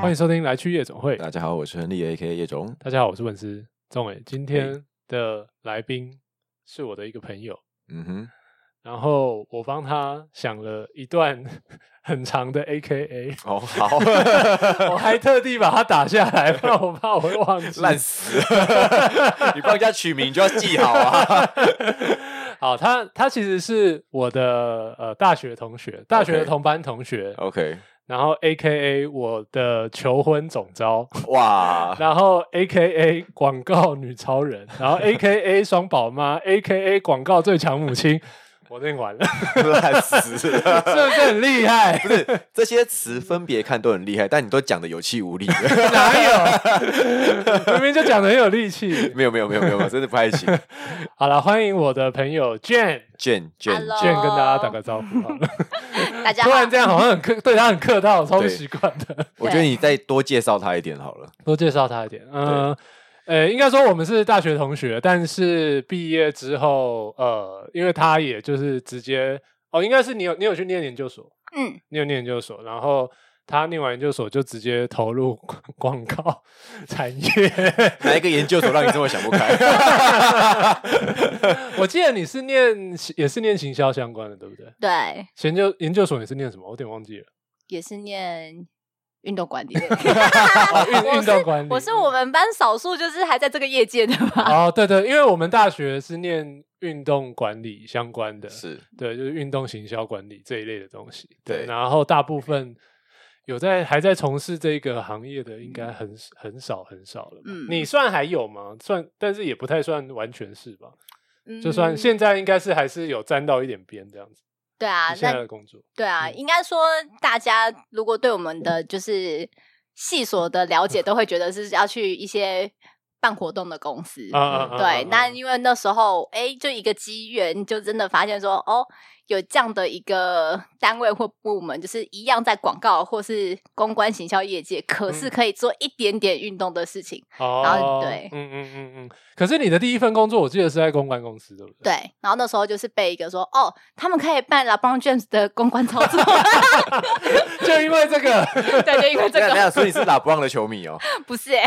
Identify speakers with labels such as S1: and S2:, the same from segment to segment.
S1: 欢迎收听《来去夜总会》。
S2: 大家好，我是亨利 A.K. 叶总。
S1: 大家好，我是文思钟伟。今天的来宾是我的一个朋友，
S2: 嗯哼，
S1: 然后我帮他想了一段 很长的 A K A，
S2: 哦，好，
S1: 我还特地把它打下来，不然我怕我会忘记。
S2: 烂死了！ 你帮人家取名就要记好啊。
S1: 好，他他其实是我的呃大学同学，大学的
S2: OK 哦
S1: 同班同学
S2: OK，
S1: 然后 A K A 我的求婚总招，
S2: 哇，
S1: 然后 A K A 广告女超人，然后 A K A 双宝妈，A K A 广告最强母亲，我念完了， 是
S2: 烂死了！
S1: 不是很厉害？
S2: 不是 这些词分别看都很厉害，但你都讲的有气无力。
S1: 哪有？明明就讲的很有力气。
S2: 没有没有没有没有，真的不太行。
S1: 好了，欢迎我的朋友 Jane。
S2: Jane Jane，
S3: Hello
S1: Jane 跟大家打个招呼好了，
S3: 大家
S1: 突然
S3: 好，
S1: 这样好像很客，对他很客套，超不习惯的。
S2: 我觉得你再多介绍他一点好了。
S1: 多介绍他一点。嗯、呃，应该说我们是大学同学，但是毕业之后，呃，因为他也就是直接哦，应该是你有你有去念研究所，
S3: 嗯，
S1: 你有念研究所，然后他念完研究所就直接投入 广告 产业。
S2: 哪一个研究所让你这么想不开？
S1: 我记得你是念也是念行销相关的，对不对？
S3: 对，
S1: 研究研究所你是念什么？我有点忘 记了。
S3: 也是念运动管理的。
S1: 哦运运动管理，
S3: 我是我们班少数就是还在这个业界的吧？
S1: 哦，对对，因为我们大学是念运动管理相关的，
S2: 是
S1: 对，就是运动行销管理这一类的东西。
S2: 对
S1: 然后大部分有在还在从事这个行业的，应该很很少很少了吧。
S3: 嗯
S1: 你算还有吗？算，但是也不太算完全是吧？
S3: 嗯
S1: 就算现在应该是还是有沾到一点边这样子。
S3: 对啊
S1: 你，现在
S3: 那
S1: 的工作，
S3: 对啊，
S1: 嗯
S3: 应该说大家如果对我们的就是细所的了解，都会觉得是要去一些办活动的公司。
S1: 啊啊啊啊
S3: 嗯对，那
S1: 啊
S3: 因为那时候，哎，就一个机缘，就真的发现说，哦，有这样的一个单位或部门，就是一样在广告或是公关行销业界，可是
S1: 嗯
S3: 可以做一点点运动的事情。然
S1: 哦
S3: 后，对
S1: 嗯嗯嗯嗯。可是你的第一份工作，我记得是在公关公司，对不对？
S3: 对，然后那时候就是被一个说，哦，他们可以办 LeBron James 的公关操 作，
S1: 对，就因为这 个，
S3: 对，就因为这
S2: 等一下等一下，
S3: 个
S2: 所以你是拉布朗的球迷哦？
S3: 不是、欸，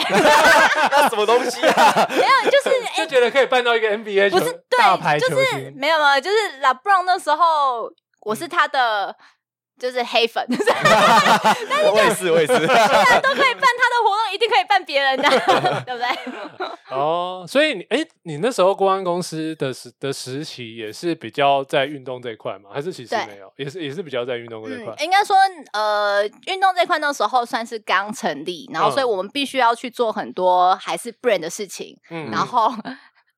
S2: 那 什么东西啊？
S3: 没有，就是
S1: 就觉得可以办到一个 NBA 球
S3: 不是
S1: 大牌
S3: 对，
S1: 球
S3: 就是
S1: 星。
S3: 没有没有，就是 LeBron 那时候
S1: 嗯
S3: 我是他的。就是黑 粉， 就是
S2: 我也是，我也是。
S3: 大家都可以办他的活动，一定可以办别人的， 对不对？
S1: 哦，所以你哎、你那时候公安公司的时的实习也是比较在运动这一块吗？还是其实
S3: 对
S1: 没有，也是也是比较在运动这一块
S3: 嗯，？应该说，呃，运动这块那时候算是刚成立，然后
S1: 嗯
S3: 所以我们必须要去做很多还是 brand 的事情，
S1: 嗯，，
S3: 然后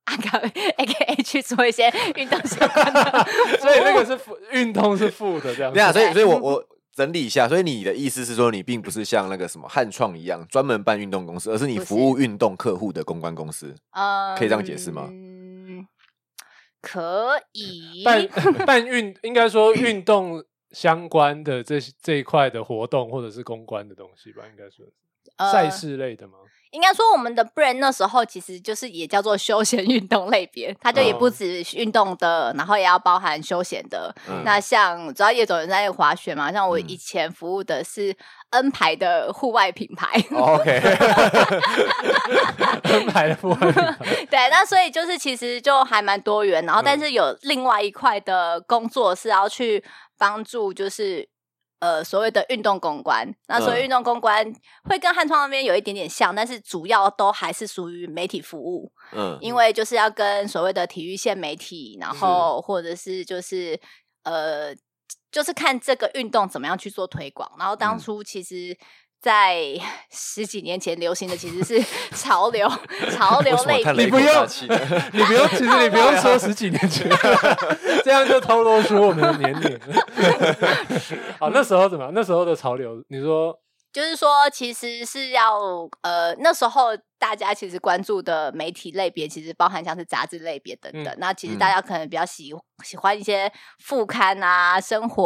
S3: A K A K A 去做一些运动相 关的
S1: 所以那个是负运动是负的这样
S2: 对啊，
S1: 子。
S2: 所以所以我我整理一下，所以你的意思是说，你并不是像那个什么汉创一样专门办运动公司，而是你
S3: 不是
S2: 服务运动客户的公关公司。
S3: 呃，
S2: 可以这样解释吗
S3: 嗯，可以，
S1: 办办运应该说运动相关的这些这一块的活动或者是公关的东西吧，应该说
S3: 呃
S1: 赛事类的吗？
S3: 应该说，我们的 brand 那时候其实就是也叫做休闲运动类别，它就也不
S1: 哦
S3: 止运动的，然后也要包含休闲的。
S2: 嗯
S3: 那像主要叶总人在滑雪嘛，像我
S2: 嗯
S3: 以前服务的是 N 牌的户外品牌，
S2: 哦 OK，
S1: 安排的部分
S3: 对，那所以就是其实就还蛮多元，然后
S2: 嗯
S3: 但是有另外一块的工作是要去帮助，就是呃所谓的运动公关。那所
S2: 嗯
S3: 谓运动公关会跟汉创那边有一点点像，但是主要都还是属于媒体服务，
S2: 嗯，
S3: 因为就是要跟所谓的体育线媒体，然后或者是就是呃就是看这个运动怎么样去做推广。然后当
S2: 嗯
S3: 初其实。在 十几年前流行的其实是 潮流，潮流
S2: 为什么
S3: 类
S2: 叹
S3: 别
S2: 了一
S1: 你不
S2: 口 大
S1: 用
S2: 气呢？
S1: 你不用，其实你不用说十几年前，这样就透露出我们的年龄了。好，那时候怎么样？那时候的潮流，你说
S3: 就是说，其实是要呃，那时候大家其实关注的媒体类别，其实包含像是杂志类别等等。
S1: 嗯
S3: 那其实
S2: 嗯
S3: 大家可能比较喜、喜欢一些副刊啊、生活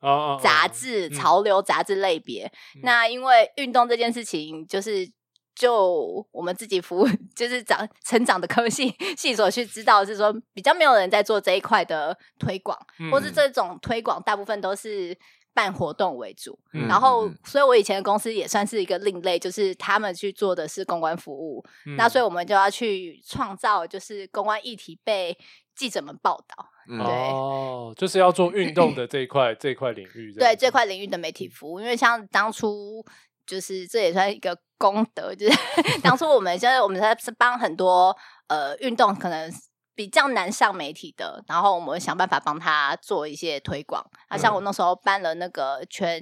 S1: 哦哦哦
S3: 杂志、
S1: 嗯
S3: 潮流杂志类别。
S1: 嗯
S3: 那因为运动这件事情，就是。就我们自己服务， 就是长成长的科系系所去知道，是说比较没有人在做这一块的推广。
S1: 嗯
S3: 或是这种推广，大部分都是办活动为主。
S1: 嗯
S3: 然后
S2: 嗯，
S3: 所以我以前的公司也算是一个另类，就是他们去做的是公关服务，
S1: 嗯
S3: 那所以我们就要去创造，就是公关议题被记者们报道，
S2: 嗯
S3: 对
S1: 哦，就是要做运动的这一块这一块领域，
S3: 对这，块领域的媒体服务。因为像当初，就是这也算一个功德，就是 当初我们现在我们在是帮很多呃运动可能。比较难上媒体的，然后我们想办法帮他做一些推广。啊，像我那时候办了那个全，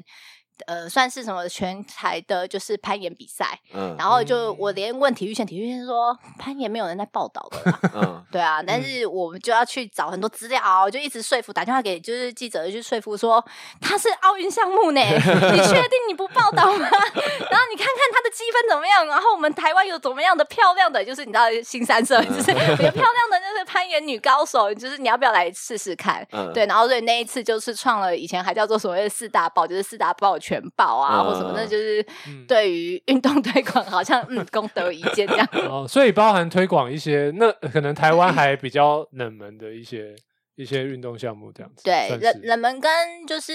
S3: 呃，算是什么全台的，就是攀岩比赛，
S2: 嗯
S3: 然后就我连问体育线，体育线说攀岩没有人在报道的啦，
S2: 嗯
S3: 对啊，但是我们就要去找很多资料啊，我就一直说服，打电话给就是记者去说服说他是奥运项目呢，你确定你不报道吗？ 然后你看看他的积分怎么样，然后我们台湾有怎么样的漂亮的，就是你知道新三社，就是
S2: 嗯
S3: 有漂亮的就是攀岩女高手，就是你要不要来试试看？
S2: 嗯，
S3: 对，然后所以那一次就是创了以前还叫做所谓的四大报，就是四大报全报啊，
S2: 嗯
S3: 或什么，那就是
S1: 嗯
S3: 对于运动 推广好像嗯功德一件这样。
S1: 哦，所以包含推广一些那呃可能台湾还比较冷门的一些一些运动项目这样子，
S3: 对，
S1: 算
S3: 冷
S1: 是
S3: 冷门跟就是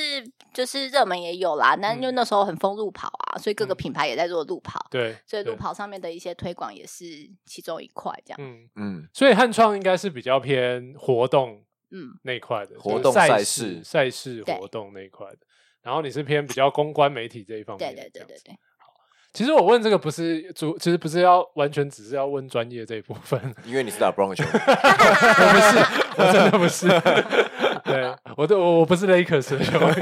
S3: 就是热门也有啦，但就那时候很疯路跑啊，所以各个
S1: 嗯
S3: 品牌也在做路跑，
S1: 对，
S3: 所以路
S1: 对，
S3: 跑上面的一些推广也是其中一块这样。
S1: 嗯，
S2: 嗯
S1: 所以汉创应该是比较偏活动
S3: 嗯，
S1: 那一块的
S2: 活
S1: 就是
S2: 动
S1: 赛
S2: 赛
S1: 事
S2: 事
S1: 赛事
S3: 对
S1: 活动那一块的，然后你是偏比较公关媒体这一方面，
S3: 对对
S1: 这
S3: 对
S1: 样
S3: 对
S1: 子。嗯
S3: 对，
S1: 其实我问这个不是主，其实不是要完全只是要问专业这一部分，
S2: 因为你是打 b r o n 球，
S1: 我不是，我真的不是。 对，我都我我不是 Lakers 的球迷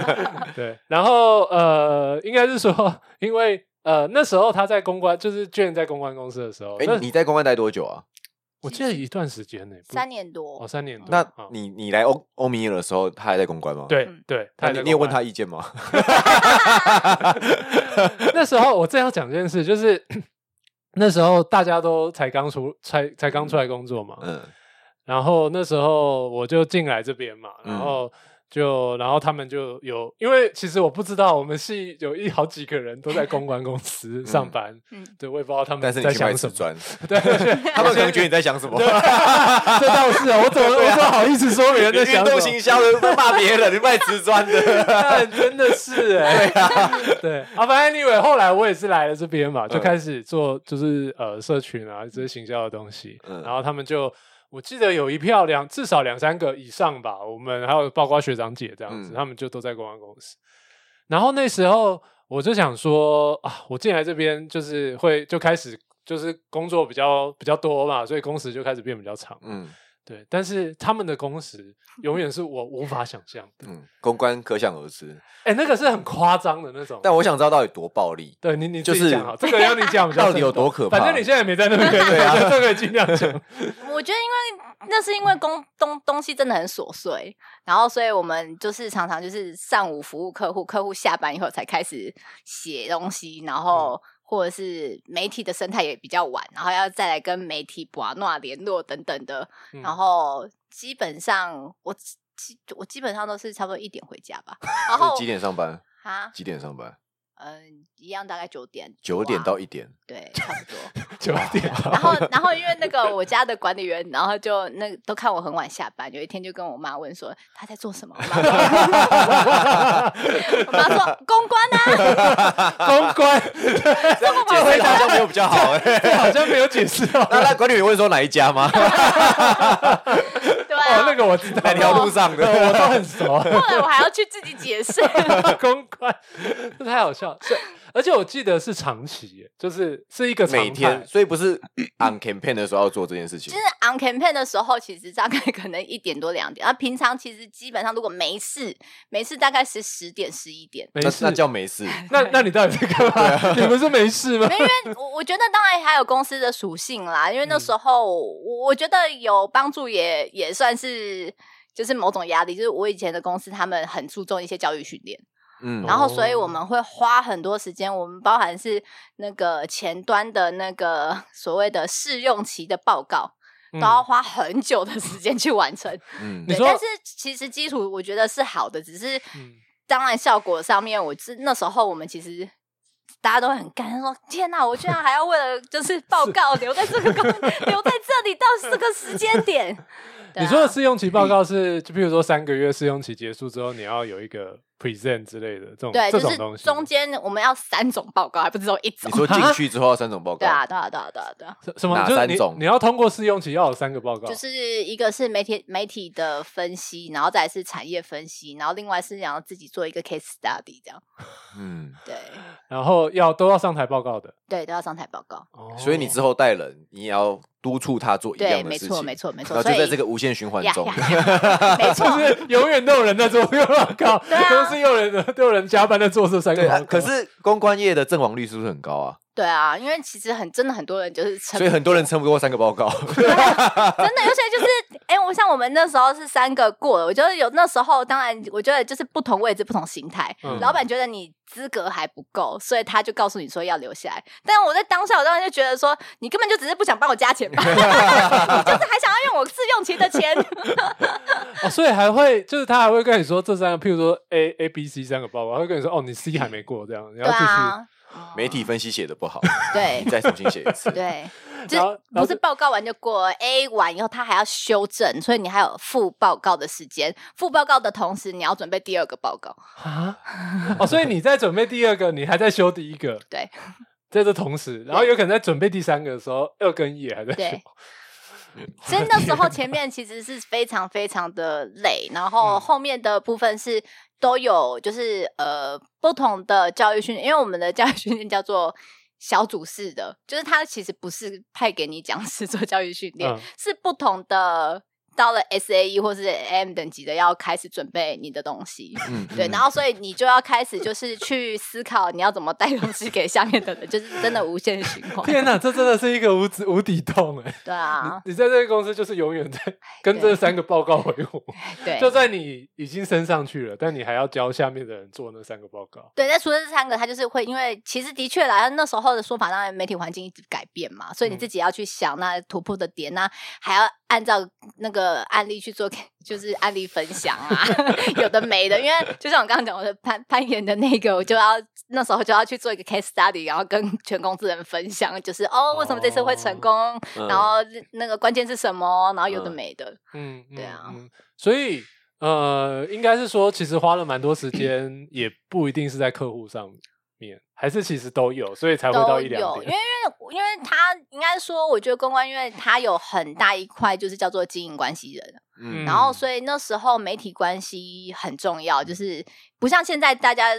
S1: 对，然后呃，应该是说，因为呃那时候他在公关，就是卷在公关公司的时候，
S2: 哎，
S1: 那
S2: 你在公关待多久啊？
S1: 我记得一段时间呢、不
S3: 三年多
S1: 哦，三年多。
S2: 那
S1: 哦
S2: 你你来欧欧米尔的时候，他还在公关吗？，
S1: 对
S3: 嗯
S1: 对，他也
S2: 那你
S1: 在
S2: 你有
S1: 公
S2: 问
S1: 关嗯
S2: 他意见吗？
S1: 那时候我正要讲这件事，就是 那时候大家都才刚出，才才刚出来工作嘛，
S2: 嗯
S1: 然后那时候我就进来这边嘛，
S2: 嗯
S1: 然后就然后他们就有，因为其实我不知道我们系有一好几个人都在公关公司上班，
S3: 嗯
S1: 对，我也不知道他们
S2: 但是
S1: 在
S2: 你去
S1: 想
S2: 卖
S1: 什
S2: 瓷
S1: 么。
S2: 砖，
S1: 对，他
S2: 他们可能觉得你在 想什么。
S1: 这倒是啊，我怎么我怎么好意思说别人在
S2: 你运
S1: 想什
S2: 动
S1: 么？
S2: 行销的在骂别人，你卖瓷砖的，
S1: 看 真的是哎、 对啊，反正 anyway，后来我也是来了这边嘛，就
S2: 嗯
S1: 开始做就是呃社群啊这些行销的东西，
S2: 嗯
S1: 然后他们就我记得有一票两至少两三个以上吧，我们还有包括学长姐这样子，
S2: 嗯
S1: 他们就都在公关公司。然后那时候我就想说啊，我进来这边就是会就开始就是工作比较比较多嘛，所以工时就开始变比较长，
S2: 嗯
S1: 对。但是他们的工时永远是我无法想象的，
S2: 嗯，公关可想而知。
S1: 哎、那个是很夸张的那种。
S2: 但我想知道到底多暴力。
S1: 对你，你
S2: 就
S1: 自己讲
S2: 是
S1: 好，这个要你讲比较
S2: 到底有
S1: 生动
S2: 多可怕
S1: 反正你现在也没在那边，对
S2: 啊
S1: 啊，这个尽量 讲。
S3: 我觉得因为那是因为工东东西真的很琐碎，然后所以我们就是常常就是上午服务客户，客户下班以后才开始写东西，然后
S2: 嗯
S3: 或者是媒体的生态也比较晚，然后要再来跟媒体把诺联络等等的，
S1: 嗯
S3: 然后基本上我基我基本上都是差不多一点回家吧，然后
S2: 你几点上班？
S3: 哈
S2: 几点上班？
S3: 嗯一样大概九点
S2: 九点
S3: 多啊
S2: 到一点。
S3: 对差不多。
S1: 九点，
S3: 然后，然后因为那个我家的管理员，然后就那都看我很晚下班，有一天就跟我妈问说他在做什么，我妈说我妈说公关啊，
S1: 公关，
S2: 这样解释好像没有比较好哎。
S1: 这好像没有解释 到。
S2: 那那管理员问说哪一家吗？
S3: 对
S1: 哦，那
S3: 啊。
S1: 个我知道，
S2: 哪条路上的？
S1: 我都很熟。
S3: 后来我还要去自己解释，
S1: 公关，这太好笑了。是而且我记得是长期耶，就是是一个常态
S2: 每天，所以不是 on campaign 的时候要做这件事情
S3: 就是。on campaign 的时候，其实大概可能一点多两点，然后平常其实基本上如果没事没事，大概是十点十一点。
S1: 没
S2: 那
S1: 事
S2: 那。叫啊没事，
S3: 哎
S1: 那那你到底在干嘛？你不是没事吗？
S3: 没有，因为我我觉得当然还有公司的属性啦，因为
S1: 嗯
S3: 那时候我我觉得有帮助也，也算是就是某种压力。就是我以前的公司，他们很注重一些教育训练，
S2: 嗯
S3: 然后所以我
S1: 哦
S3: 们会花很多时间，我们包含是那个前端的那个 所谓的试用期的报告，都要花很久的时间去完成。
S2: 嗯
S1: 嗯你
S3: 对，
S1: 说
S3: 但是其实基础我觉得是好的，只是
S1: 嗯
S3: 当然效果上面，我是那时候我们其实。大家都很干，他说：“天哪、我居然还 要为了就是报告留在这个公留在这里到这个时间点。”对
S1: 你说的
S3: 啊
S1: 试用期报告是，就比如说三个月试用期结束之后，你要有一个 present 之类的这种
S3: 对，
S1: 这
S3: 就
S1: 种
S3: 是
S1: 东西。
S3: 中间我们要三种报告，还不是只有一种啊
S2: 你。说进去哦之后要三种报告，
S3: 对啊，对啊，对啊，对啊，对啊，
S1: 什什么？
S2: 哪
S1: 就是
S2: 三
S1: 你
S2: 种
S1: 你要通过试用期要有三个报告，
S3: 就是一个是媒体媒体的分析，然后再来是产业分析，然后另外是想要自己做一个 case study 这样。
S2: 嗯，
S3: 对
S1: 然后要都要上台报告的。哦
S3: 对，都要上台报告。
S2: 哦所以你之后带人，你也要督促他做一
S3: 对，
S2: 样的
S3: 没
S2: 事情，
S3: 错，没错，没
S2: 然
S3: 错。
S2: 后就
S3: 所以
S2: 在这个无限循环
S3: 呀
S2: 中，
S3: 呀呀没错，
S1: 就是永远都有人在做这个报告，
S3: 对啊
S1: 都是有人都有人加班在做这三个
S2: 对
S1: 报
S2: 啊
S1: 告。，
S2: 可是公关业的阵亡率是不是很高啊？
S3: 对啊，因为其实很真的很多人就是撑不住，
S2: 所以很多人撑不过三个报告。
S3: 真的有些就是，哎、我像我们那时候是三个过了，我觉得有那时候，当然我觉得就是不同位置不同心态，
S1: 嗯
S3: 老板觉得你资格还不够，所以他就告诉你说要留下来。但我在当下，我当然就觉得说，你根本就只是不想帮我加钱吧，你 就是还想要用我试用期 的钱。
S1: 哦，所以还会就是他还会跟你说这三个，譬如说 A A B C 三个报告，他会跟你说哦，你 C 还没过，这样你要
S3: 对
S1: 继续。
S3: 啊，
S2: 媒体分析写的不好，
S3: 对
S2: 你再重新写一 次。
S3: 对，
S1: 然
S3: 就
S1: 后
S3: 是不是报告完就过，A 完以后他还要修正，所以你还有副报告的时间。副报告的同时，你要准备第二个报告。
S1: 啊，哦，所以你在准备第二个，你还在修第一个，
S3: 对，
S1: 在这同时，然后有可能在准备第三个的时候，二跟一也还在修
S3: 对。所以那时 候前面其实是非常非常的累，然
S1: 嗯
S3: 后后面的部分是都有就是呃不同的教育训练，因为我们的教育训练叫做小组式的，就是它其实不是派给你讲师做教育训练，
S1: 嗯
S3: 是不同的。到了 SAE 或是 M 等级的，要开始准备你的东西，
S2: 嗯，
S3: 对，然后所以你就要开始就是去思考你要怎么带东西给下面的人，就是真的无限循 环，
S1: 天哪，这真的是一个无止无底洞哎！
S3: 对啊，
S1: 你在这个公司就是永远在跟这
S3: 对
S1: 三个报告为伍，
S3: 对，
S1: 就在你已经升上去了，但你还要教下面的人做那三个报告。
S3: 对，但除了这三个，他就是会，因为其实的确啦，那时候的说法，当然媒体环境一直改变嘛，所以你
S1: 嗯
S3: 自己要去想那突破的点，那还要按照那个案例去做， 就是案例分享啊， 有的没的。因为就像我刚刚讲，我的攀攀岩的那个，我就要那时候就要去做一个 case study，然后跟全公司人分享，就是哦，为什么这次会成功，然后那个关键是什么，然后有的
S2: 嗯
S3: 没的，
S1: 嗯，
S3: 对啊
S1: 嗯嗯所以呃，应该是说，其实花了蛮多时间，也不一定是在客户上面，还是其实都有，所以才会到
S3: 都
S1: 一两
S3: 有，因为因
S1: 点。
S3: 为因为他应该说，我觉得公关，因为他有很大一块就是叫做经营关系人。
S2: 嗯
S3: 然后，所以那时候媒体关系很重要，就是不像现在大家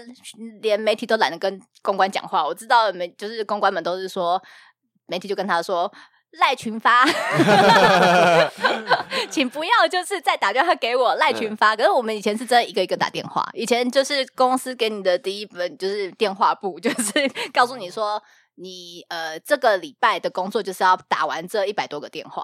S3: 连媒体都懒得跟公关讲话。我知道媒就是公关们都是说，媒体就跟他说赖群发，请不要就是再打电话给我赖群发。可是我们以前是真的一个一个打电话，以前就是公司给你的第一本就是电话簿，就是告诉你说。你呃，这个礼拜的工作就是要打完这一百多个电话，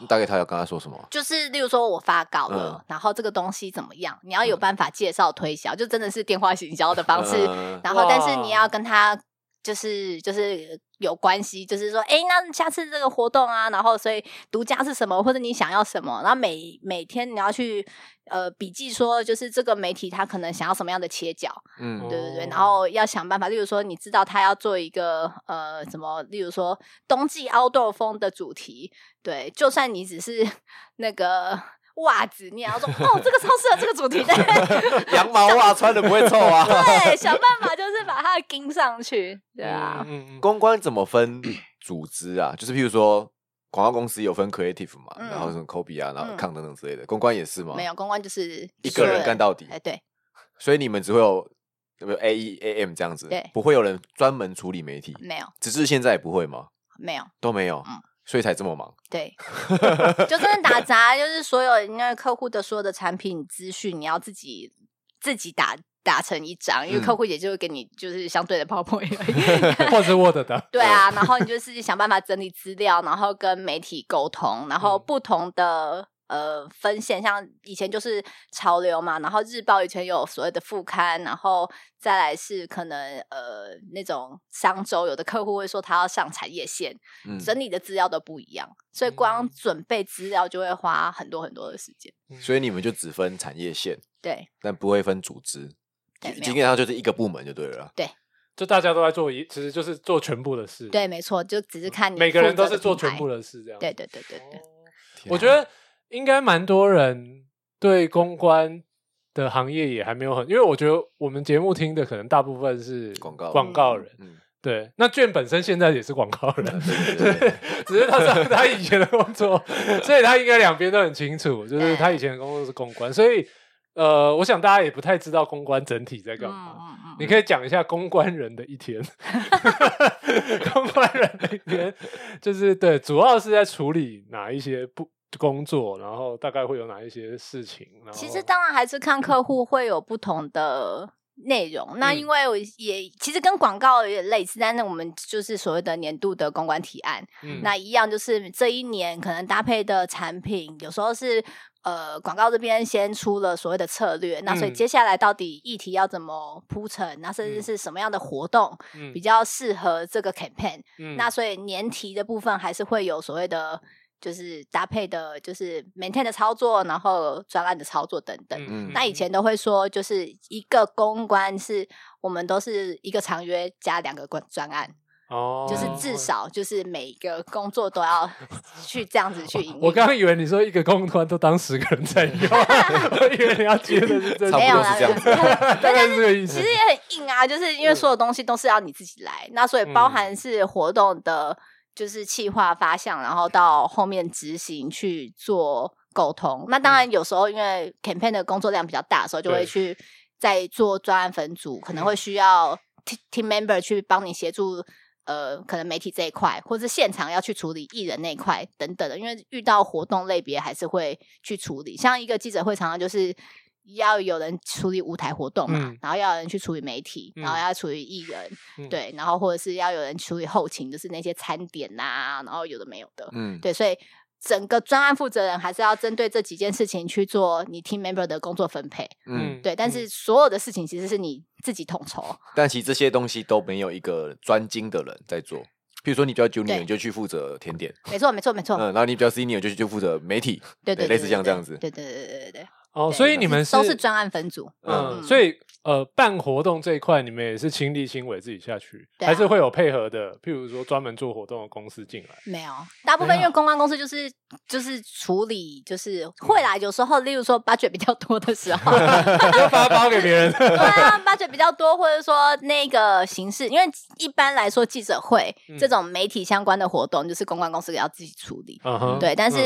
S2: 你打给他要跟他说什么？
S3: 就是例如说我发稿了，
S2: 嗯
S3: 然后这个东西怎么样，你要有办法介绍推销，就真的是电话行销的方式。
S2: 嗯
S3: 然后，但是
S1: 哇
S3: 你要跟他就是就是有关系，就是说，哎，那下次这个活动啊，然后所以独家是什么，或者你想要什么，然后每每天你要去呃笔记说，就是这个媒体他可能想要什么样的切角，
S2: 嗯
S3: 对对对，
S1: 哦
S3: 然后要想办法，例如说，你知道他要做一个呃什么，例如说冬季 outdoor 风的主题，对，就算你只是 那个袜子，你也要说哦，这个超适合这个主题的，
S2: 羊毛袜穿的不会臭啊。
S3: 对，想办法就是把它盯上去，对啊，
S1: 嗯嗯嗯
S2: 公关怎么分 组织啊？就是譬如说，广告公司有分 creative 嘛，
S3: 嗯
S2: 然后什么 copy 啊，然后
S3: 嗯
S2: con 等等之类的。公关也是吗？
S3: 没，有公关就是
S2: 嗯一个人干到底。
S3: 哎，对
S2: 所以你们只会有有没有 A E A M 这样子
S3: 对，
S2: 不会有人专门处理媒体，
S3: 没有
S2: 直至现在也不会吗？
S3: 没有，
S2: 都没有
S3: 嗯，
S2: 所以才这么忙。
S3: 对， 就真的打杂，就是所有因为客户的所有的产品资讯，你要自己自己打打成一张，因为
S2: 嗯
S3: 客户也就会给你就是相对的 PowerPoint 而已。
S1: 嗯，或者是 Word 的，
S3: 对啊，然后你就自己想办法整理资料，然后跟媒体沟通，然后
S1: 嗯
S3: 不同的。呃，分线像以前就是潮流嘛，然后日报以前有所谓的副刊，然后再来是可能呃那种商周，有的客户会说他要上产业线，
S2: 嗯，
S3: 整理的资料都不一样，所以
S1: 嗯
S3: 光准备资料就会花很多很多的时间。
S2: 所以你们就只分产业线，
S3: 对
S2: 但不会分组织，
S3: 对没
S2: 基
S3: 有
S2: 本上就是一个部门就对了啦。
S1: 就大家都在做一，其实就是做全部的事，，
S3: 对，没错，就只是看你
S1: 嗯每个人都是
S3: 负责
S1: 做
S3: 的品牌
S2: 哦
S1: 全部。的事，这样。
S2: 啊
S3: 对对对对对，
S1: 我觉得应该蛮多人对公关的行业也还没有很，因为我觉得我们节目听的可能大部分是
S2: 广告
S1: 广告人。
S2: 嗯，
S1: 对，那卷本身现在也是广告人，
S2: 对对对
S1: 对，只是他 是他以前的工作，所以他应该两边都很清楚，就是他以前的工作是公关，所以呃，我想大家也不太知道公关整体在干嘛。
S3: 嗯
S1: 你可以讲一下公关人的一天， 公关人的一天就是对，主要是在处理哪一些不工作，然后大概会有哪一些事情。然后
S3: 其实当然还是看客户会有不同的内容。那
S1: 嗯
S3: 因为我也其实跟广告有点类似，但是我们就是所谓的年度的公关提案，
S1: 嗯
S3: 那一样就是这一年可能搭配的产品，有时候是。呃，广告这边先出了所谓的策略，那所以
S1: 嗯
S3: 接下来到底议题要怎么铺陈，那甚至
S1: 嗯
S3: 是什么样的活动
S1: 嗯
S3: 比较适合这个 campaign？
S1: 嗯
S3: 那所以年题的部分还是会有所谓的，就是搭配的，就是 maintain 的操作，然后专案的操作等等。
S2: 嗯
S3: 那以前都会说，就是一个公关是我们都是一个长约加两个专专案，
S1: 哦，
S3: 就是至少就是每一个工作都要去这样子去营运。
S1: 我刚刚以为你说一个公关都当十个人在用， 我以为你要接的是这种，
S2: 差不
S3: 没有
S2: 多
S3: 啦
S2: 是这样，
S3: 没有啦
S1: 大概是这个意思
S3: 其实。也很硬啊，就是
S1: 嗯
S3: 因为所有东西都是要你自己来，那所以包含是活动的，就是企划发向，然后到后面执行去做沟通。那当然有时候因为 campaign 的工作量比较大的时候，就
S1: 嗯对
S3: 会去再做专案分组，可能会需要 te- team member 去帮你协助。呃，可能媒体这一块，或是现场要去处理艺人那一块等等的，因为遇到活动类别还是会去处理。像一个记者会，常常就是要有人处理舞台活动嘛，
S1: 嗯
S3: 然后要有人去处理媒体，
S1: 嗯
S3: 然后要处理艺人，
S1: 嗯
S3: 对，然后或者是要有人处理后勤，就是那些餐点呐、然后有的没有的，
S2: 嗯，
S3: 对，所以整个专案负责人还是要针对这几件事情去做你 team member 的工作分配，
S2: 嗯，
S3: 对，但是所有的事情其实是你自己统筹，
S2: 但其实这些东西都没有一个专精的人在做。譬如说，你比较 junior，
S3: 对哦
S2: 你就去负责甜点，
S3: 没错，没错，没错，
S2: 嗯，然后你比较 senior 就去负责媒体，
S3: 对对
S2: 类似像这样子
S3: 对对对对对对，
S1: 哦，
S3: 对
S1: 所以你们
S3: 都是专案分组，
S1: 嗯，
S3: 嗯
S1: 所以呃，办活动这一块你们也是亲力亲为自己下去，
S3: 对啊
S1: 还是会有配合的，譬如说专门做活动的公司进来。
S3: 没有，大部分
S1: 没
S3: 因
S1: 有
S3: 为公关公司就是就是处理，就是会啦。有时候，例如说 budget 比较多的时候，
S1: 就发包给别人。
S3: 对啊，budget 比较多，或者说那个形式，因为一般来说记者会、
S1: 嗯
S3: 这种媒体相关的活动，就是公关公司要自己处理。
S1: 嗯哼
S3: 对，但是、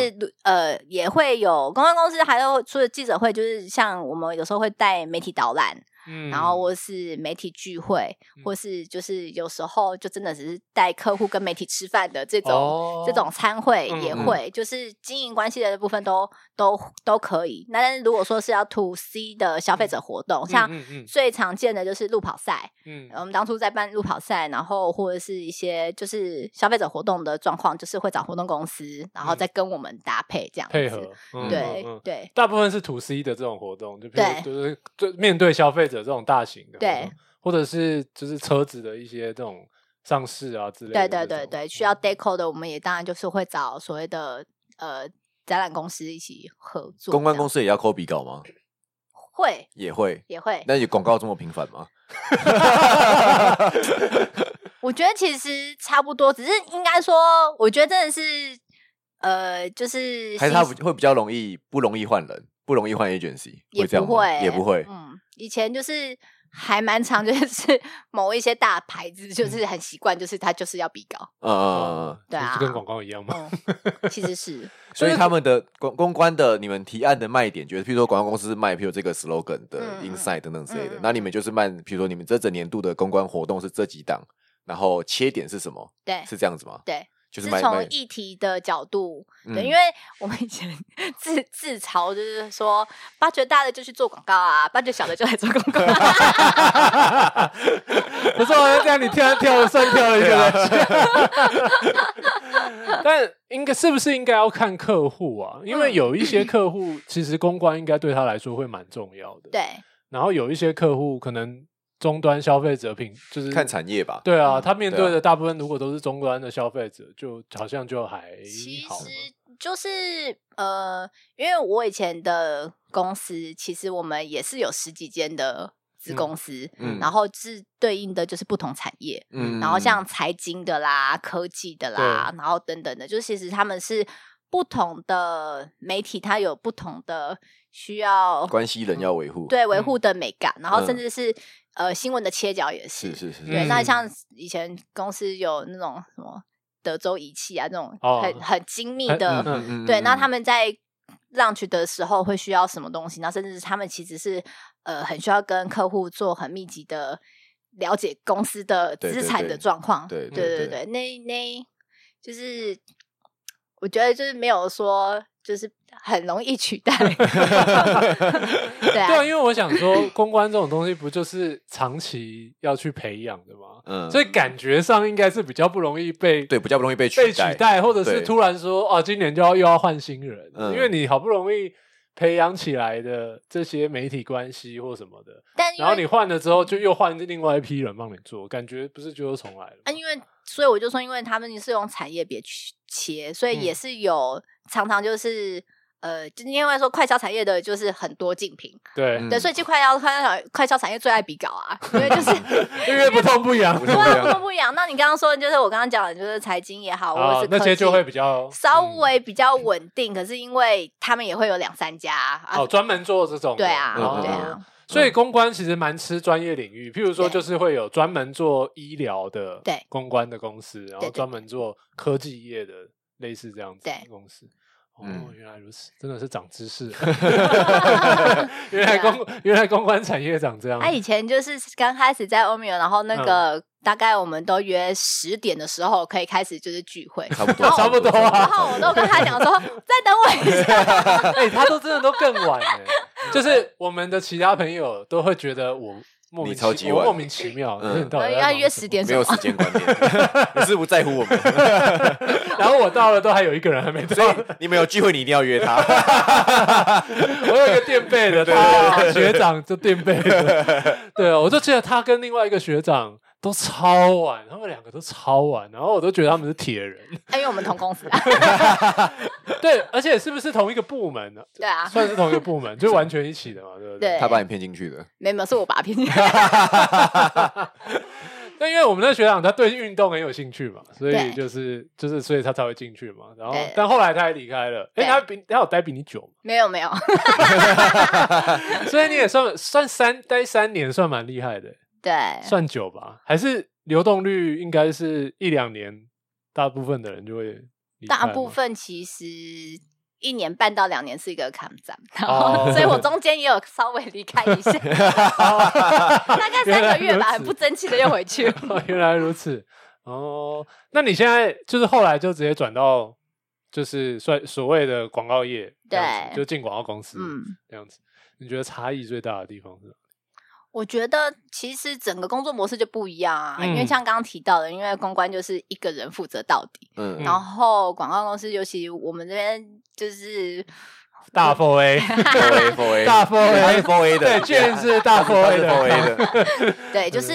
S3: 呃，也会有公关公司，还有除了记者会，就是像我们有时候会带媒体导览，
S1: 嗯
S3: 然后或是媒体聚会，
S1: 嗯
S3: 或是就是有时候就真的只是带客户跟媒体吃饭的这种、
S1: 哦
S3: 这种餐会
S1: 嗯
S3: 也
S2: 嗯
S3: 会，就是经营关系的部分都都都可以。那但是如果说是要 to C 的消费者活动，像
S1: 嗯嗯
S3: 最常见的就是路跑赛，呃
S1: 嗯
S3: 我们当初在办路跑赛，然后或者是一些就是消费者活动的状况，就是会找活动公司，然后再跟我们搭配这样子
S1: 嗯配合，嗯
S3: 对、
S1: 嗯嗯
S3: 对
S1: 大部分是 to C 的这种活动，就比如
S3: 对
S1: 就是就面对消费者这种大型的活动，
S3: 对
S1: 或者是就是车子的一些这种上市啊之类
S3: 对
S1: 的
S3: 对
S1: 这种，嗯
S3: 对对，需要 deco 的，我们也当然就是会找所谓的呃展览公司一起合作这样。
S2: 公关公司也要抠笔稿吗？
S3: 会
S2: 也会。
S3: 也会，
S2: 那你广告这么频繁吗？
S3: 我觉得其实差不多，只是应该说，我觉得真的是呃，就是
S2: 还是他
S3: 新
S2: 会比较容易不容易换人，不容易换 agency？
S3: 也
S2: 会这样
S3: 不
S2: 吗
S3: 会欸、
S2: 也不会。
S3: 嗯，以前就是还蛮常，就是 某一些大牌子，就是很习惯，就是他就是要比高。
S2: 嗯嗯嗯嗯。
S3: 对啊
S1: 就跟广告一样嘛。
S3: 嗯，其实是
S2: 所以他们的公公关的你们提案的卖点，就是譬如说广告公司卖，譬如这个 slogan 的
S3: 嗯嗯
S2: inside 等等之类的
S3: 嗯嗯，
S2: 那你们就是卖，譬如说你们这整年度的公关活动是这几档，然后切点是什么？
S3: 对
S2: 是这样子吗？
S3: 对，
S2: 就是
S3: 是
S2: 卖
S3: 从
S2: 卖，
S3: 议题的角度，对，
S2: 嗯
S3: 因为我们以前 自自嘲就是说，八觉大的就去做广告啊，八觉小的就来做广告、啊
S1: 不是，我这样你跳跳了算跳了一个人。啊但应该是不是应该要看客户啊？因为有一些客户，其实公关应该对他来说会蛮重要的。
S3: 对，
S1: 然后有一些客户可能终端消费者品就是
S2: 看产业吧。
S1: 对啊，
S3: 嗯
S1: 他面
S2: 对
S1: 对
S2: 啊
S1: 的大部分如果都是终端的消费者，就好像就还
S3: 其
S1: 好
S3: 实
S1: 嘛。
S3: 就是呃，因为我以前的公司，其实我们也是有十几间的子
S1: 嗯
S3: 公司，
S2: 嗯
S3: 然后是对应的就是不同产业，然后像财经的啦、科技的啦，然后等等的，就其实他们是。不同的媒体，它有不同的需要
S2: 关系人要维护，
S3: 对维护的美感，然后甚
S2: 嗯
S3: 至是呃新闻的切角也
S2: 是是是，
S3: 对，
S1: 嗯
S3: 那像以前公司有那种什么德州仪器啊，那种
S1: 哦
S3: 很、很精密
S1: 很
S3: 的，
S1: 嗯
S3: 对，那他们在 launch 的时候会需要什么东西？那甚至他们其实是呃很需要跟客户做很密集的了解公司的
S2: 对
S3: 资
S2: 对
S3: 产
S2: 对
S3: 的状况，
S2: 对
S3: 对
S2: 对
S3: 对对，那那就是我觉得就是没有说就是很容易取代， 对
S1: 对啊，
S3: 啊，
S1: 因为我想说，公关这种东西不就是长期要去培养的吗？
S2: 嗯
S1: 所以感觉上应该是比较不容易被
S2: 对比较不容易被取
S1: 被取代，或者是
S2: 对
S1: 突然说哦，今年就要又要换新人，
S2: 嗯
S1: 因为你好不容易培养起来的这些媒体关系或什么的，
S3: 但因
S1: 然后
S3: 为
S1: 你换了之后就又换另外一批人帮你做，感觉不是就又重来了吗？
S3: 啊，因为所以我就说，因为他们是用产业别去切，所以也是有、常常就是呃，就因为说快消产业的就是很多竞品，
S1: 对，
S2: 嗯
S3: 对，所以去快消快消快消产业最爱比稿啊，因为就是
S1: 因为不痛不痒，
S2: 不
S3: 对
S2: 痛
S3: 啊，不同不一样。那你刚刚说的就是我刚刚讲的，就是财经也 好，或者
S1: 啊
S3: 是，科
S1: 那些就
S3: 技
S1: 会比较嗯
S3: 稍微比较稳定，可是因为他们也会有两三家啊，
S1: 哦，专门做这种的，
S3: 对啊，
S2: 嗯
S3: 对
S1: 哦
S3: 啊，
S1: 所以公关其实蛮吃专业领域，譬如说
S3: 对
S1: 就是会有专门做医疗的
S3: 对
S1: 公关的公司，然后
S3: 对
S1: 专门做科技业的类似这样子的
S3: 对
S1: 公司。哦
S2: 嗯，
S1: 原来如此，真的是长知 识 了。原来
S3: 啊
S1: 公原来公关产业长这样。
S3: 他啊以前就是刚开始在欧米尔，然后那个大概我们都约十点的时候可以开始就是聚会，
S2: 差不多
S1: 差不多啊
S3: 然后我都跟他讲说，再等我一下。
S1: 哎，他都真的都更晚了，就是我们的其他朋友都会觉得我莫名
S2: 你
S1: 其
S2: 超级
S1: 我
S2: 晚
S1: 莫名其妙，
S2: 嗯
S1: 你到底在
S3: 哎要
S1: 忙
S3: 约
S1: 什么
S3: 十点
S2: 没有时间观念， 你是不在乎我们，
S1: 然后我到了都还有一个人还没
S2: 所
S1: 到，
S2: 以 你们有聚会你一定要约他，
S1: 我有一个垫背的，他学长就垫背 的，对啊，我就记得他跟另外一个学长都超晚，他们两个都超晚，然后我都觉得他们是铁人，
S3: 因为我们同公司啊，
S1: 对，而且是不是同一个部门呢、
S3: 对啊，
S1: 算是同一个部门，就完全一起的嘛，对不对？
S3: 对
S2: 他把你骗进去的，
S3: 没有没有，是我把他骗进去。
S1: 但因为我们那学长他对运动很有兴趣嘛，所以
S3: 对
S1: 就是就是所以他才会进去嘛。然后
S3: 对
S1: 但后来他也离开了，哎，
S3: 对
S1: 他比他有待比你久 嘛，
S3: 没有没有，
S1: 所以你也算算三待三年算蛮厉害的、
S3: 对，
S1: 算久吧，还是流动率应该是一两年，大部分的人就会离开
S3: 大
S1: 吗
S3: 部分其实。一年半到两年是一个抗战，然
S1: 哦
S3: 后所以我中间也有稍微离开 一下，哦大概三个月吧，很不争气的又 回去。
S1: 原来如此哦。那你现在就是后来就直接转到就是算所谓的广告业这样子，
S3: 对
S1: 就进广告公司，
S3: 嗯，
S1: 这样子。你觉得差异最大的地方是哪？
S3: 我觉得其实整个工作模式就不一样啊，因为
S1: 嗯
S3: 像刚刚提到的，因为公关就是一个人负责到底，
S2: 嗯
S3: 然后广告公司尤其我们这边就是
S1: 大
S3: 嗯
S1: f A，
S2: ，four A four A，
S1: 大 f
S2: 他是
S1: A，
S2: four A 的，
S1: 对，居然是大 f
S2: 他
S1: A
S2: 是 four
S1: 的，
S2: A 的，
S3: 对，
S1: 嗯
S3: 就是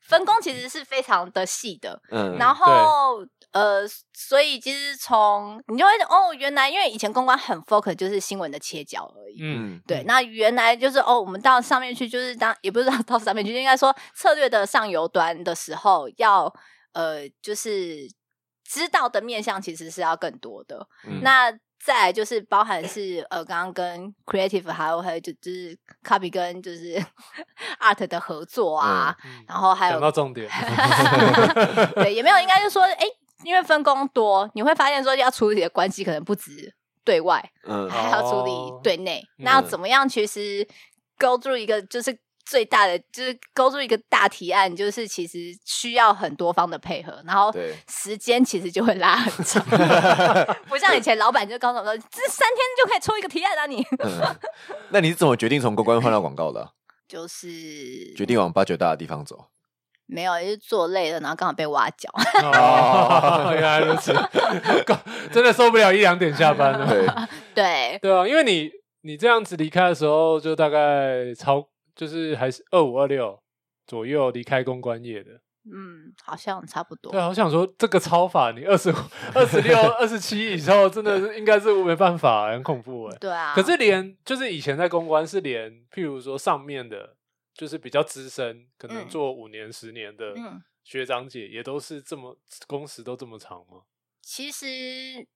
S3: 分工其实是非常的细的，
S2: 嗯，
S3: 然后呃，所以其实从你就会哦，原来因为以前公关很 focus 就是新闻的切角而已。
S1: 嗯，
S3: 对，那原来就是哦，我们到上面去，就是当也不是到到上面去，就应该说策略的上游端的时候要，呃，就是知道的面向其实是要更多的。
S2: 嗯
S3: 那再来就是包含是呃，刚刚跟 creative 还有还有就就是 copy 跟就是 art 的合作啊，
S1: 嗯
S3: 然后还
S1: 讲到
S3: 有
S1: 重点，
S3: 对也没有，应该就说哎，因为分工多，你会发现说要处理的关系可能不止对外，
S2: 嗯
S3: 还要处
S1: 哦
S3: 理对内。那要
S2: 嗯
S3: 怎么样？其实勾住一个就是最大的，就是勾住一个大提案，就是其实需要很多方的配合，然后
S2: 对
S3: 时间其实就会拉 很长，不像以前老板就告诉我们说，这三天就可以出一个提案啊你，
S2: 嗯，那你是怎么决定从公关换到广告的啊？
S3: 就是
S2: 决定往八九大的地方 走？
S3: 没有，就是做累了，然后刚好被挖角。
S1: 哦，原来如此， 真的受不了一两点下班了。
S2: 对，
S3: 对，
S1: 对啊，因为你你这样子离开的时候，就大概超就是还是二五二六左右离开公关业的。
S3: 嗯，好像差不多
S1: 对。啊，我想说这个超法，你二 十二十六、二十七以后，真的是应该是没办法，很恐怖哎。
S3: 对啊，
S1: 可是连就是以前在公关是连，譬如说上面的，就是比较资深，可能
S3: 嗯
S1: 做五年、十年的
S3: 嗯，
S1: 学长姐，也都是这么工时都这么长吗？
S3: 其实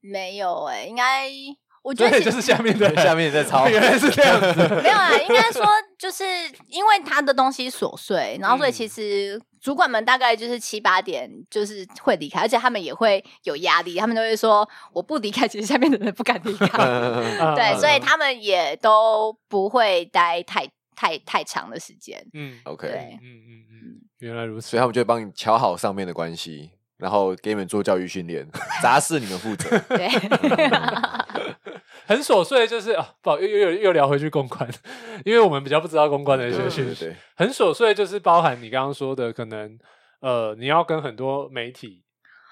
S3: 没有哎、应该 我觉
S1: 所
S3: 得
S1: 以就
S3: 其
S1: 是下面的人
S2: 下面在
S1: ，
S2: 抄
S1: 原来 是这样子，
S3: 没有啊，应 该说就是因为他的东西琐碎，然后所以
S1: 嗯
S3: 其实主管们大概就是七八点就是会离开，而且他们也会有压力，他们都会说我不离开，其实下面的人不敢 离开，
S2: 嗯
S1: 啊
S3: 对，所以他们也都不会待太太太长的时间。
S1: 嗯，
S2: OK，
S1: 嗯嗯嗯，原来如此
S2: 所以。他们就会帮你瞧好上面的关系，然后给你们做教育训练，杂事你们负责。
S3: 对，
S1: 很琐碎，就是啊，不好，又又又又聊回去公关， 因为我们比较不知道公关的一些
S2: 对
S1: 讯
S2: 对
S1: 息。
S2: 对，
S1: 很琐碎，就是包含你刚刚说的，可能呃，你要跟很多媒体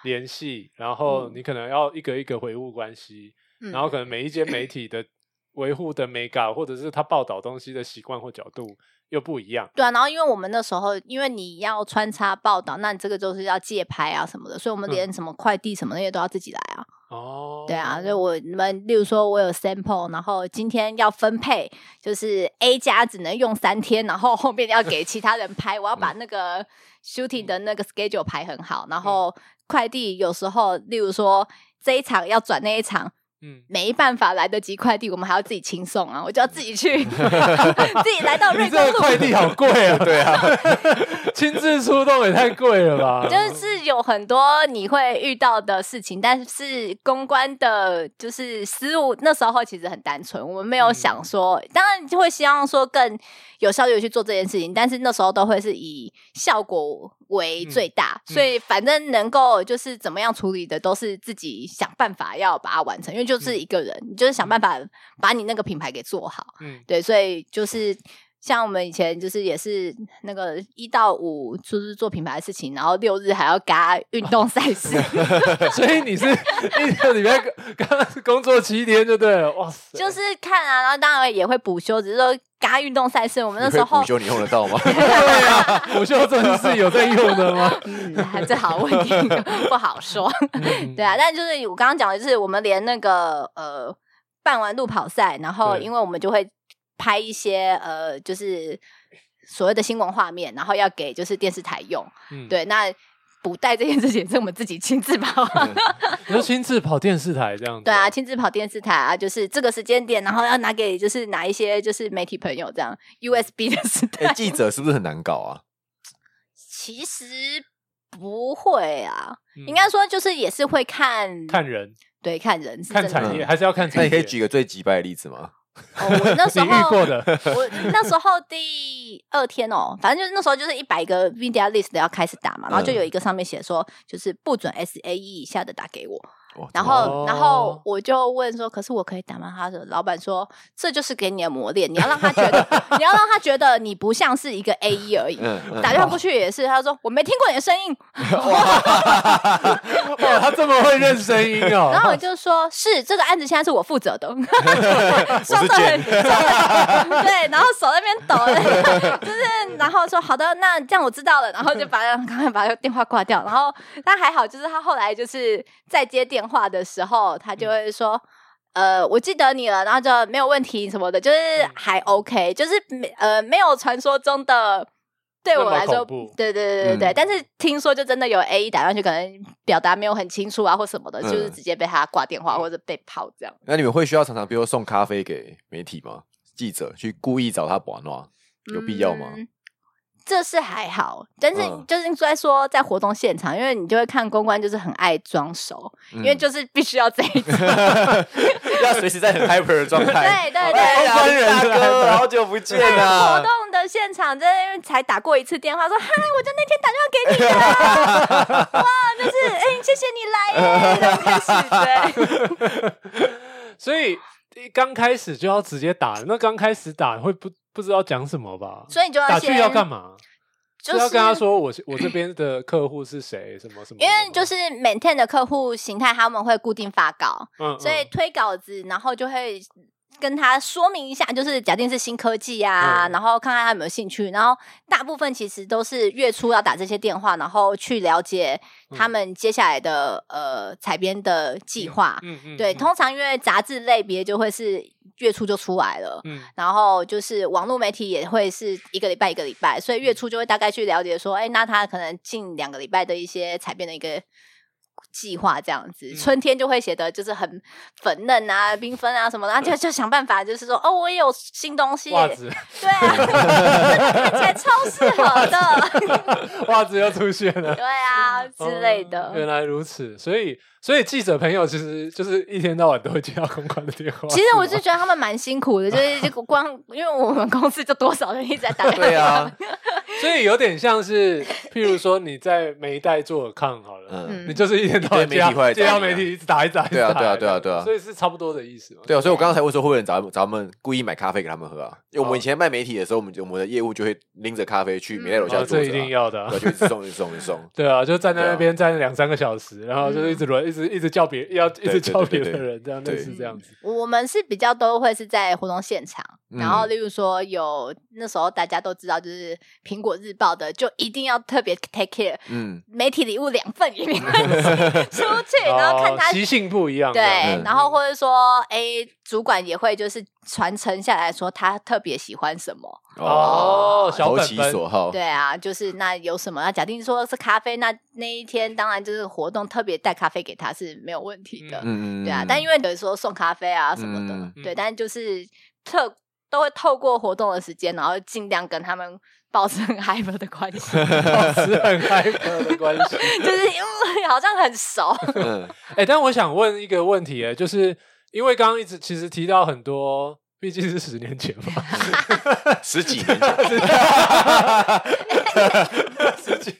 S1: 联系，然后
S3: 嗯
S1: 你可能要一个一个维护关系，
S3: 嗯
S1: 然后可能每一间媒体的维护的美感，或者是他报道东西的习惯或角度又不一样。
S3: 对啊，然后因为我们那时候，因为你要穿插报道，那你这个就是要借拍啊什么的，所以我们连
S1: 嗯
S3: 什么快递什么那些都要自己来啊。
S1: 哦，
S3: 对啊，就我们，例如说我有 sample，然后今天要分配，就是 A 加只能用三天，然后后面要给其他人拍，我要
S1: 嗯
S3: 把那个 shooting 的那个 schedule 排很好，然后快递有时候，例如说这一场要转那一场。
S1: 嗯，
S3: 没办法来得及快递，我们还要自己轻送啊！我就要自己去， 自己来到瑞
S1: 你这
S3: 光
S1: 个
S3: 路
S1: 快递好贵 啊！对啊， 亲自出动也太贵了吧？
S3: 就是有很多你会遇到的事情，但是公关的，就是思路那时候其实很单纯，我们没有想说，
S1: 嗯
S3: 当然就会希望说更有效率地去做这件事情，但是那时候都会是以效果为最大，
S1: 嗯
S3: 所以反正能够就是怎么样处理的，都是自己想办法要把它完成，因为
S1: 嗯
S3: 就是一个人，你就是想办法把你那个品牌给做好。
S1: 嗯
S3: 对，所以就是像我们以前就是也是那个一到五就是做品牌的事情，然后六日还要嘎
S2: 哦
S3: 运动赛 事，
S1: 所以你是一个礼拜刚刚是工作七天就对了，哇塞！
S3: 就是看啊，然后当然也会补休，只是说嘎运动赛事，我们那
S2: 你
S3: 时
S2: 会
S3: 候
S2: 补。休，你用得 到吗？
S1: 对啊，午休真的是有在用的吗？
S3: 嗯，还这好问题 不好说。
S1: 嗯
S3: 对啊，但就是我刚刚讲的，就是我们连那个呃办完路跑赛，然后
S1: 对
S3: 因为我们就会拍一些呃就是所谓的新闻画面，然后要给就是电视台用。
S1: 嗯，
S3: 对，那补带这件事情是我们自己亲 自跑，
S1: 啊你就亲自跑电视台这样子。
S3: 对啊，，亲自跑电视台啊，就是这个时间点，然后要拿给就是哪一些就是媒体朋友这样 USB 的时代，
S2: 哎，记者是不是很难搞 啊？
S3: 其实不会啊，
S1: 嗯
S3: 应该说就是也是会看，
S1: 看人、
S3: 对，看人是
S1: 看
S3: 真
S1: 产
S3: 的。
S1: 业，还是要看
S2: 那
S1: 产业。
S2: 你可以举个最击败的例子吗？
S3: 哦，我 那时
S1: 你
S3: 候
S1: 遇过的，
S3: 我那时候第二天哦，反正就是那时候就是一百个 media list 要开始打嘛，然
S1: 嗯
S3: 后就有一个上面写说，就是不准 SAE 以下的打给我，
S2: 哇
S3: 然
S1: 哦
S3: 后，然后我就问说：“可是我可以打吗？”他的老板说：“这就是给你的磨练，你要让他觉得，你要让他觉得你不像是一个 A E 而已。
S2: 嗯嗯
S3: 打电话过去也是，他说：“我没听过你的声音。
S1: 哇，他这么会认声音”
S3: 然后
S1: 哦
S3: 我。就说：“是这个案子现在是我负责的。”
S2: 我是
S3: 手很
S2: 贱，
S3: 手很 对，然后手在那边抖， 就是然后说好的，那这样我知道了，然后就把 赶快把电话挂掉。然后但还好，就是他后来就是再接电话的时候，他就会说。呃，我记得你了，然后就没有问题什么的，就是还 OK，就是没呃没有传说中的对我来
S1: 那么
S3: 说
S1: 恐怖，
S3: 对对对对对。
S2: 嗯
S3: 但是听说就真的有 A E 打上去，可能表达没有很清楚啊或什么的，
S2: 嗯
S3: 就是直接被他挂电话或者被泡这样。
S2: 那你们会需要常常，比如说送咖啡给媒体吗？记者去故意找他玩吗？有必要吗？
S3: 嗯这是还好，但是
S2: 嗯
S3: 就是在说在活动现场，因为你就会看公关就是很爱装熟，
S2: 因
S3: 因
S1: 嗯
S3: 为就是必须要这 一种。
S2: 嗯 要随时在 很 hyper 的状态。
S3: 对对
S2: 哎
S3: 对，
S2: 呀
S1: 公关人
S2: 大
S1: 是
S2: 哥，
S1: 吧
S2: 好久不见
S3: 活
S2: 啊！
S3: 动的现场，真的因为才打过一次电话，说嗨，我就那天打电话给你 的，哇，就是哎、谢谢你来耶，然后开始 对，
S1: 所以一刚开始就要直接打，那刚开始打会不不知道讲什么吧？
S3: 所以你就
S1: 打
S3: 要
S1: 去
S3: 先
S1: 要干？嘛？
S3: 就是
S1: 要跟他说我是我这边的客户是谁，什么什么什么。
S3: 因为就是 maintain 的客户形态，他们会固定发稿，
S1: 嗯，嗯
S3: 所以推稿子，然后就会跟他说明一下，就是假定是新科技啊，
S1: 嗯
S3: 然后看看他有没有兴趣。然后大部分其实都是月初要打这些电话，然后去了解
S1: 嗯
S3: 他们接下来的、呃采编的计划。
S1: 嗯嗯，
S3: 对，
S1: 嗯
S3: 通常因为杂志类别就会是月初就出来了。
S1: 嗯
S3: 然后就是网络媒体也会是一个礼拜一个礼拜，所以
S1: 嗯
S3: 月初就会大概去了解说，哎，那他可能近两个礼拜的一些采编的一个计划这样子。
S1: 嗯
S3: 春天就会写的就是很粉嫩啊、缤纷啊什么的，然后就就想办法，就是说哦，我也有新东西，
S1: 嗯袜子，
S3: 对啊，真的看起来超适合的，
S1: 袜子又出现了。
S3: 对啊 之类的。
S1: 哦原来如此，所以所以记者朋友其实就是一天到晚都会接到公关的电话。
S3: 其实我
S1: 是
S3: 是
S1: 吗
S3: 觉得他们蛮辛苦的，就是就光因为我们公司就多少人一直在打电话，
S2: 对啊，
S1: 所以有点像是，譬如说你在每一代做尔抗好了，
S2: 嗯，
S3: 嗯
S1: 你就是一天到晚
S2: 对
S1: 接
S2: 媒体会
S1: 到
S2: 来
S1: 接到
S2: 找你
S1: 媒
S2: 啊
S1: 体一直打一直打一直
S2: 对啊
S1: 打
S2: 对啊
S1: 来
S2: 对啊
S1: 的
S2: 对啊
S1: 所以是差不多的意思嘛。
S2: 对啊，所以我刚才会说，会有人找他们找他们故意买咖啡给他们喝啊？因为我们以前卖媒体的时候，我们就我们的业务就会拎着咖啡去美奈楼下
S1: 哦，
S2: 坐着啊、
S1: 这一定要的啊、
S2: 对，就一直送一直送一直送。
S1: 对啊，就站在
S2: 对
S1: 那
S2: 啊嗯
S1: 边站两三个小时，然后就是一直轮，一直一直叫别要一直
S2: 对对
S1: 叫别
S2: 对
S1: 的
S2: 对
S1: 人，这样类
S2: 对
S1: 似这样子。
S3: 我们是比较都会是在活动现场，
S2: 嗯
S3: 然后例如说有那时候大家都知道，就是苹果日报的，就一定要特别 take care
S2: 嗯，
S3: 媒体礼物两份给你 们出去，然后看
S1: 哦
S3: 他。
S1: 习性不一样，
S3: 对
S1: 这样，
S2: 嗯
S3: 然后或者说，哎，主管也会就是传承下来说他特别喜欢什么，
S1: 哦小
S2: 投
S1: 本
S2: 其
S1: 本
S2: 所好，
S3: 对啊，就是那有什么？那假定说是咖啡，那那一天当然就是活动特别带咖啡给他是没有问题的，
S2: 嗯，嗯嗯，
S3: 对啊。但因为有时候送咖啡啊什么的，
S2: 嗯
S3: 对，但就是特都会透过活动的时间，然后尽量跟他们保持 很 hyper 的关系，
S1: 保持很嗨的关 系。
S3: 就是因为好像很熟，
S2: 嗯
S1: 哎、但我想问一个问题、哎，就是因为刚刚一直其实提到很多，毕竟是十年前 嘛，
S2: 十几年 前，
S1: 十几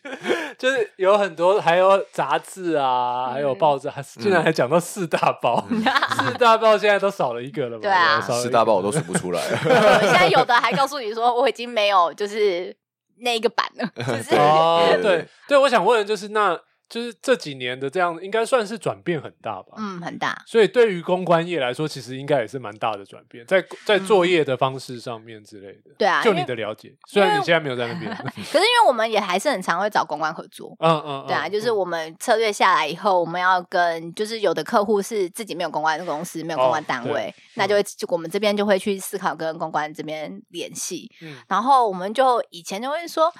S1: 就是有很多，还有杂志啊，
S3: 嗯
S1: 还有报纸，还
S2: 嗯
S1: 竟然还讲到四大报，四大报现在都少了一个了嘛？
S3: 对啊
S1: 少了一个
S2: 十嗯大包我都数不出 来。
S3: 我现在有的还告诉你说我已经没有就是那一个版了，就是
S1: 哦，
S2: 对对
S1: 对对，我想问的就是那。就是这几年的这样，应该算是转变很大吧。
S3: 嗯很大，
S1: 所以对于公关业来说，其实应该也是蛮大的转变，在在作业的方式上面之类的。
S3: 嗯对啊，
S1: 就
S3: 因为
S1: 你的了解，虽然你现在没有在那边，
S3: 可是因为我们也还是很常会找公关合作，
S1: 嗯嗯，嗯
S3: 对啊，就是
S1: 嗯
S3: 我们策略下来以后，我们要跟就是有的客户是自己没有公关公司，没有公关
S1: 哦
S3: 单
S1: 对
S3: 位，那就会就我们这边就会去思考跟公关这边联系，
S1: 嗯
S3: 然后我们就以前就会说。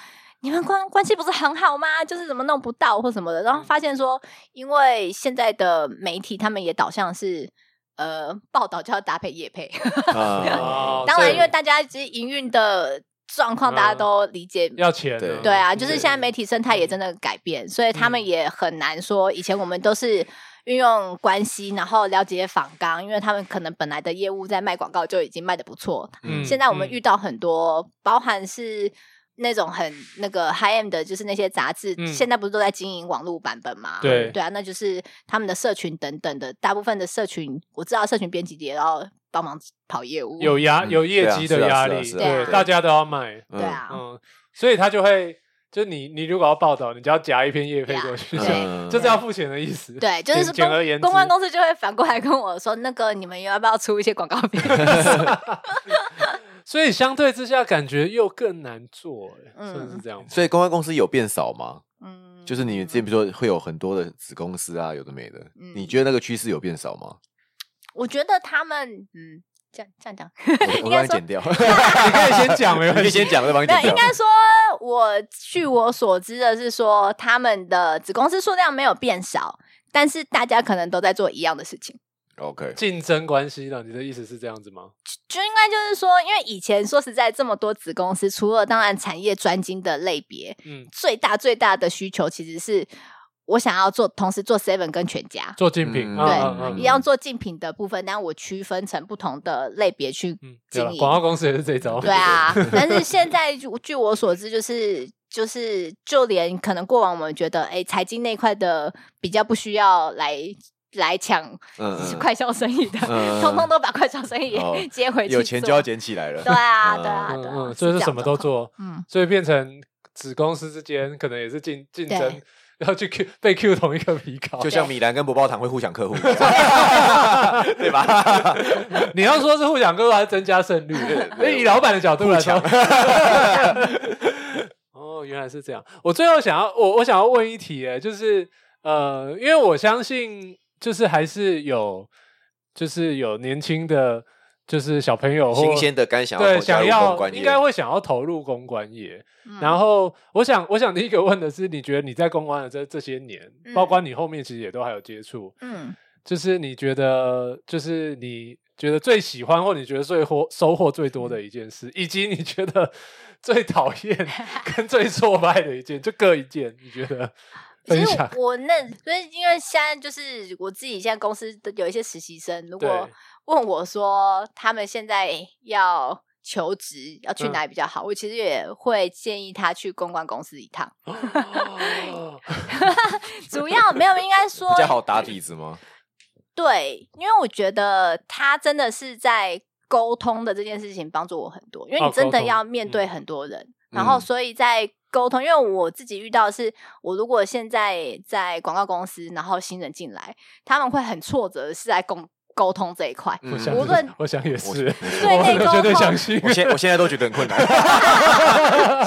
S3: 你们关关系不是很好吗？就是怎么弄不到或什么的，然
S1: 嗯
S3: 后发现说，因为现在的媒体他们也导向是，呃，报道就要搭配业配，
S1: 哦
S2: 啊，
S3: 当
S1: 所
S3: 然
S1: 以
S3: 因为大家其实营运的状况大家
S1: 嗯
S3: 都理解
S1: 要钱
S2: 对
S1: 的，
S3: 对啊，就是
S2: 对
S3: 现在媒体生态也真的改变，所以他
S1: 嗯
S3: 们也很难说。以前我们都是运用关系，然后了解访纲，因为他们可能本来的业务在卖广告就已经卖的不错。
S1: 嗯
S3: 现在我们遇到很多，包含是那种很那个 high end 的，就是那些杂志，
S1: 嗯
S3: 现在不是都在经营网络版本吗？
S1: 对
S3: 对啊，那就是他们的社群等等的，大部分的社群，我知道社群编辑也要帮忙跑业务。
S1: 有压
S2: 嗯
S1: 有业绩的
S2: 对啊
S1: 压
S2: 是啊
S1: 力，
S2: 是
S3: 啊是啊
S1: 对，大家都要卖，
S3: 对啊，
S1: 嗯，所以他就会，就你你如果要报道，你就要夹一篇叶配过去，
S3: 对
S1: 就
S3: 啊
S2: 嗯
S1: 就是要付钱的意 思，
S3: 对，就是
S1: 简简而
S3: 公
S1: 言之
S3: 公关公司就会反过来跟我说，那个你们要不要出一些广告片？
S1: 所以相对之下，感觉又更难做，哎，
S3: 嗯
S1: 算是这样吗？
S2: 所以公关公司有变少吗？
S3: 嗯，
S2: 就是你之前比如说会有很多的子公司啊，有的没的，
S3: 嗯
S2: 你觉得那个趋势有变少 吗？
S3: 我觉得他们，嗯，这样这样讲，
S2: 我我
S3: 应
S2: 帮
S3: 该
S2: 你
S3: 说
S2: 剪 掉，
S1: 你可以先讲，没
S2: 你
S1: 关
S2: 可以
S1: 系，
S2: 先讲，我再帮你
S3: 没
S2: 剪
S3: 有，
S2: 掉
S3: 应。该说，我据我所知的是说，他们的子公司数量没有变少，但是大家可能都在做一样的事情。
S2: OK，
S1: 竞争关系了，你的意思是这样子吗？
S3: 就应该就是说，因为以前说实在，这么多子公司，除了当然产业专精的类别，
S1: 嗯，
S3: 最大最大的需求其实是我想要做，同时做 Seven 跟全家。
S1: 做竞品，
S2: 嗯
S1: 嗯
S3: 对
S1: 嗯嗯
S3: 一样做竞品的部分，但我区分成不同的类别去
S1: 嗯，对
S3: 经
S1: 了
S3: 营。
S1: 广告公司也是这一
S2: 哦
S1: 招，
S3: 对啊，但是现在就据我所知，就是就是就连可能过往我们觉得，哎、财经那块的比较不需要来来抢
S2: 嗯嗯
S3: 快销生意的，
S2: 嗯嗯
S3: 通通都把快销生意
S2: 哦
S3: 也 接回去、
S2: 有钱就要。捡起来
S3: 对
S2: 了。
S3: 啊，
S2: 嗯
S3: 对啊，
S1: 嗯
S3: 对啊
S1: 嗯，，所以
S3: 这
S1: 是
S3: 样
S1: 什么都
S3: 状况。
S1: 做，
S3: 嗯，
S1: 所以变成子公司之间可能也是竞竞
S3: 对
S1: 争， 然后去 Q 被 Q 同一个皮卡。
S2: 就像米兰跟博报堂会互抢客户一 样，对吧？
S1: 你要说是互抢客户，还是增加胜 率？所以以老板的角度来说， 哦，原来是这样。我最后想要，我我想要问一题，哎，就是呃，因为我相信，就是还是有，就是有年轻的。就是小朋友或
S2: 新鲜的肝想要
S1: 哦对
S2: 加
S1: 想
S2: 入
S1: 要
S2: 公关业，
S1: 应该会想要投入公关业。
S3: 嗯
S1: 然后我想，我想第一个问的是，你觉得你在公关的这这些年，
S3: 嗯
S1: 包括你后面其实也都还有接触，
S3: 嗯，
S1: 就是你觉得，就是你觉得最喜欢或你觉得最获收获最多的
S3: 嗯
S1: 一件事，以及你觉得 最讨 厌跟最挫败的一件，就各一件，你觉得
S3: 其
S1: 分
S3: 实
S1: 享？
S3: 我那所以因为现在就是我自己现在公司的有一些实习生，如
S1: 对
S3: 果问我 说他们现在要求职要去
S1: 嗯
S3: 哪里比较好，我其实也会建议他去公关公司一 趟。主要没有应该说
S2: 比较好打底子吗？
S3: 对，因为我觉得他真的是在沟通的这件事情帮助我很多，因为
S1: 哦
S3: 你真
S1: 沟
S3: 的
S1: 通
S3: 要面对
S1: 嗯
S3: 很多人，然后所以在沟通，因为我自己遇到的是，我如果现在在广告公司，然后新人进来，他们会很挫折，是在沟沟通这一块。
S1: 我
S2: 嗯
S1: 想
S3: 无
S1: 是
S3: 论，
S1: 我想也是，
S3: 对内
S1: 我
S3: 沟
S1: 绝对
S3: 通
S1: 相信。
S2: 我现我现在都觉得很 困难，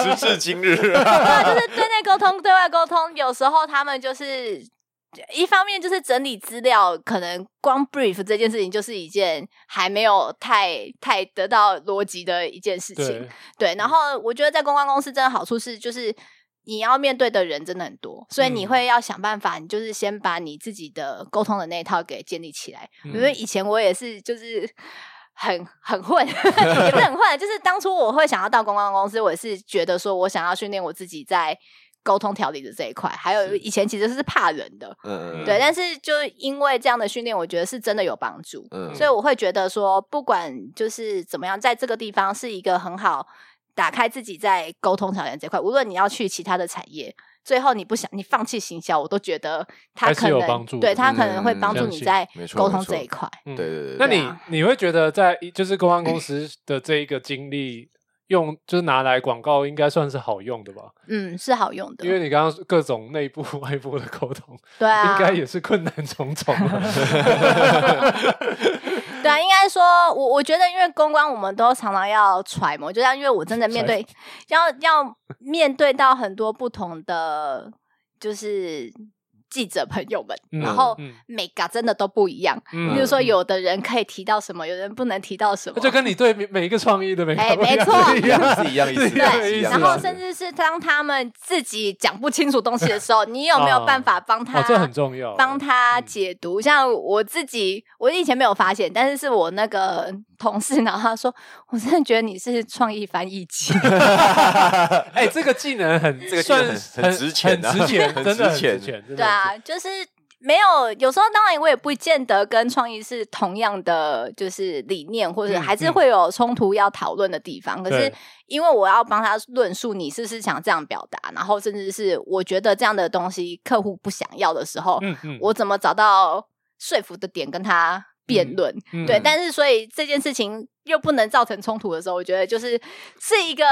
S2: 直至今日。嗯
S3: 对啊，就是对内沟通、对外沟通，有时候他们就是一方面就是整理资料，可能光 brief 这件事情就是一件还没有太太得到逻辑的一件事情
S1: 对。，嗯
S3: 对，然后我觉得在公关公司真的好处是，就是你要面对的人真的很多，所以你
S1: 嗯
S3: 会要想办法，你就是先把你自己的沟通的那一套给建立起来。
S1: 嗯
S3: 因为以前我也是，就是。很很混，也 不是很混，啊就是当初我会想要到公关公司，我也是觉得说我想要训练我自己在沟通调理的这一块，还有
S1: 是
S3: 以前其实是怕人的，
S2: 嗯
S3: 对，但是就因为这样的训练，我觉得是真的有帮助。
S2: 嗯
S3: 所以我会觉得说，不管就是怎么样，在这个地方是一个很好打开自己在沟通条件这块。无论你要去其他的产业，最后你不想你放弃行销，我都觉得它
S1: 还是
S3: 可
S1: 有
S3: 能
S1: 帮助
S3: 对
S1: 的
S3: 它可能会
S2: 嗯
S3: 帮助
S1: 相
S3: 你
S1: 信
S3: 在
S2: 没错
S3: 沟
S2: 没
S3: 通
S2: 错
S3: 这一块。
S1: 嗯
S2: 对对对，
S1: 那
S3: 对
S1: 你
S3: 啊
S1: 你会觉得在就是公关公司的这一个经历，用就是拿来广告，应该算是好用的吧？
S3: 嗯，是好用的
S1: 因。为你刚刚各种内部 外部的沟通，
S3: 对啊
S1: 应，该也是困难重重啊。
S3: 对啊，应该说，我我觉得，因为公关我们都常常要揣摩，就像因为我真的面对， 要要面对到很多不同的，就是记者朋友们，
S1: 嗯
S3: 然后
S1: 嗯
S3: 每个真的都不一样。
S1: 嗯
S3: 比如说，有的人可以提到什么，有人不能提到什么，
S1: 就跟你对每每一个创意的每个
S3: 哎没
S1: 不
S3: 错
S1: 一样
S2: 是一样意思
S1: 是一样的
S3: 对
S1: 意思啊。
S3: 然后甚至是当他们自己讲不清楚东西的时候，你有没有办法帮他？
S1: 哦，这很重要，
S3: 帮他
S1: 嗯
S3: 解读。像我自己，我以前没有发现，但是是我那个 同事，然后他说，我真的觉得你是创意翻 译机。
S1: 哎，这个技能很
S2: 这个技能
S1: 算很
S2: 很很值钱啊
S1: 很值钱，
S2: 很
S1: 真的很
S2: 值钱
S1: 值钱，真的很值
S3: 对啊，就是没有，有时候当然我也不见得跟创意是同样的，就是理念，或者
S1: 嗯
S3: 还是会有冲突要讨论的地方。可是
S1: 对
S3: 因为我要帮他论述你是不是想这样表达，然后甚至是我觉得这样的东西客户不想要的时候，
S1: 嗯嗯，
S3: 我怎么找到说服的点跟他辩
S1: 嗯
S3: 论？
S1: 嗯
S3: 对，
S2: 嗯
S3: 但是所以这件事情又不能造成冲突的时候，我觉得就是是一个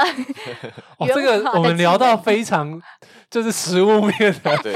S1: 哦，这
S3: 原物料
S1: 个
S3: 的
S1: 我们
S3: 基
S1: 聊到
S3: 本
S1: 非常就是食物面 的，
S2: 对，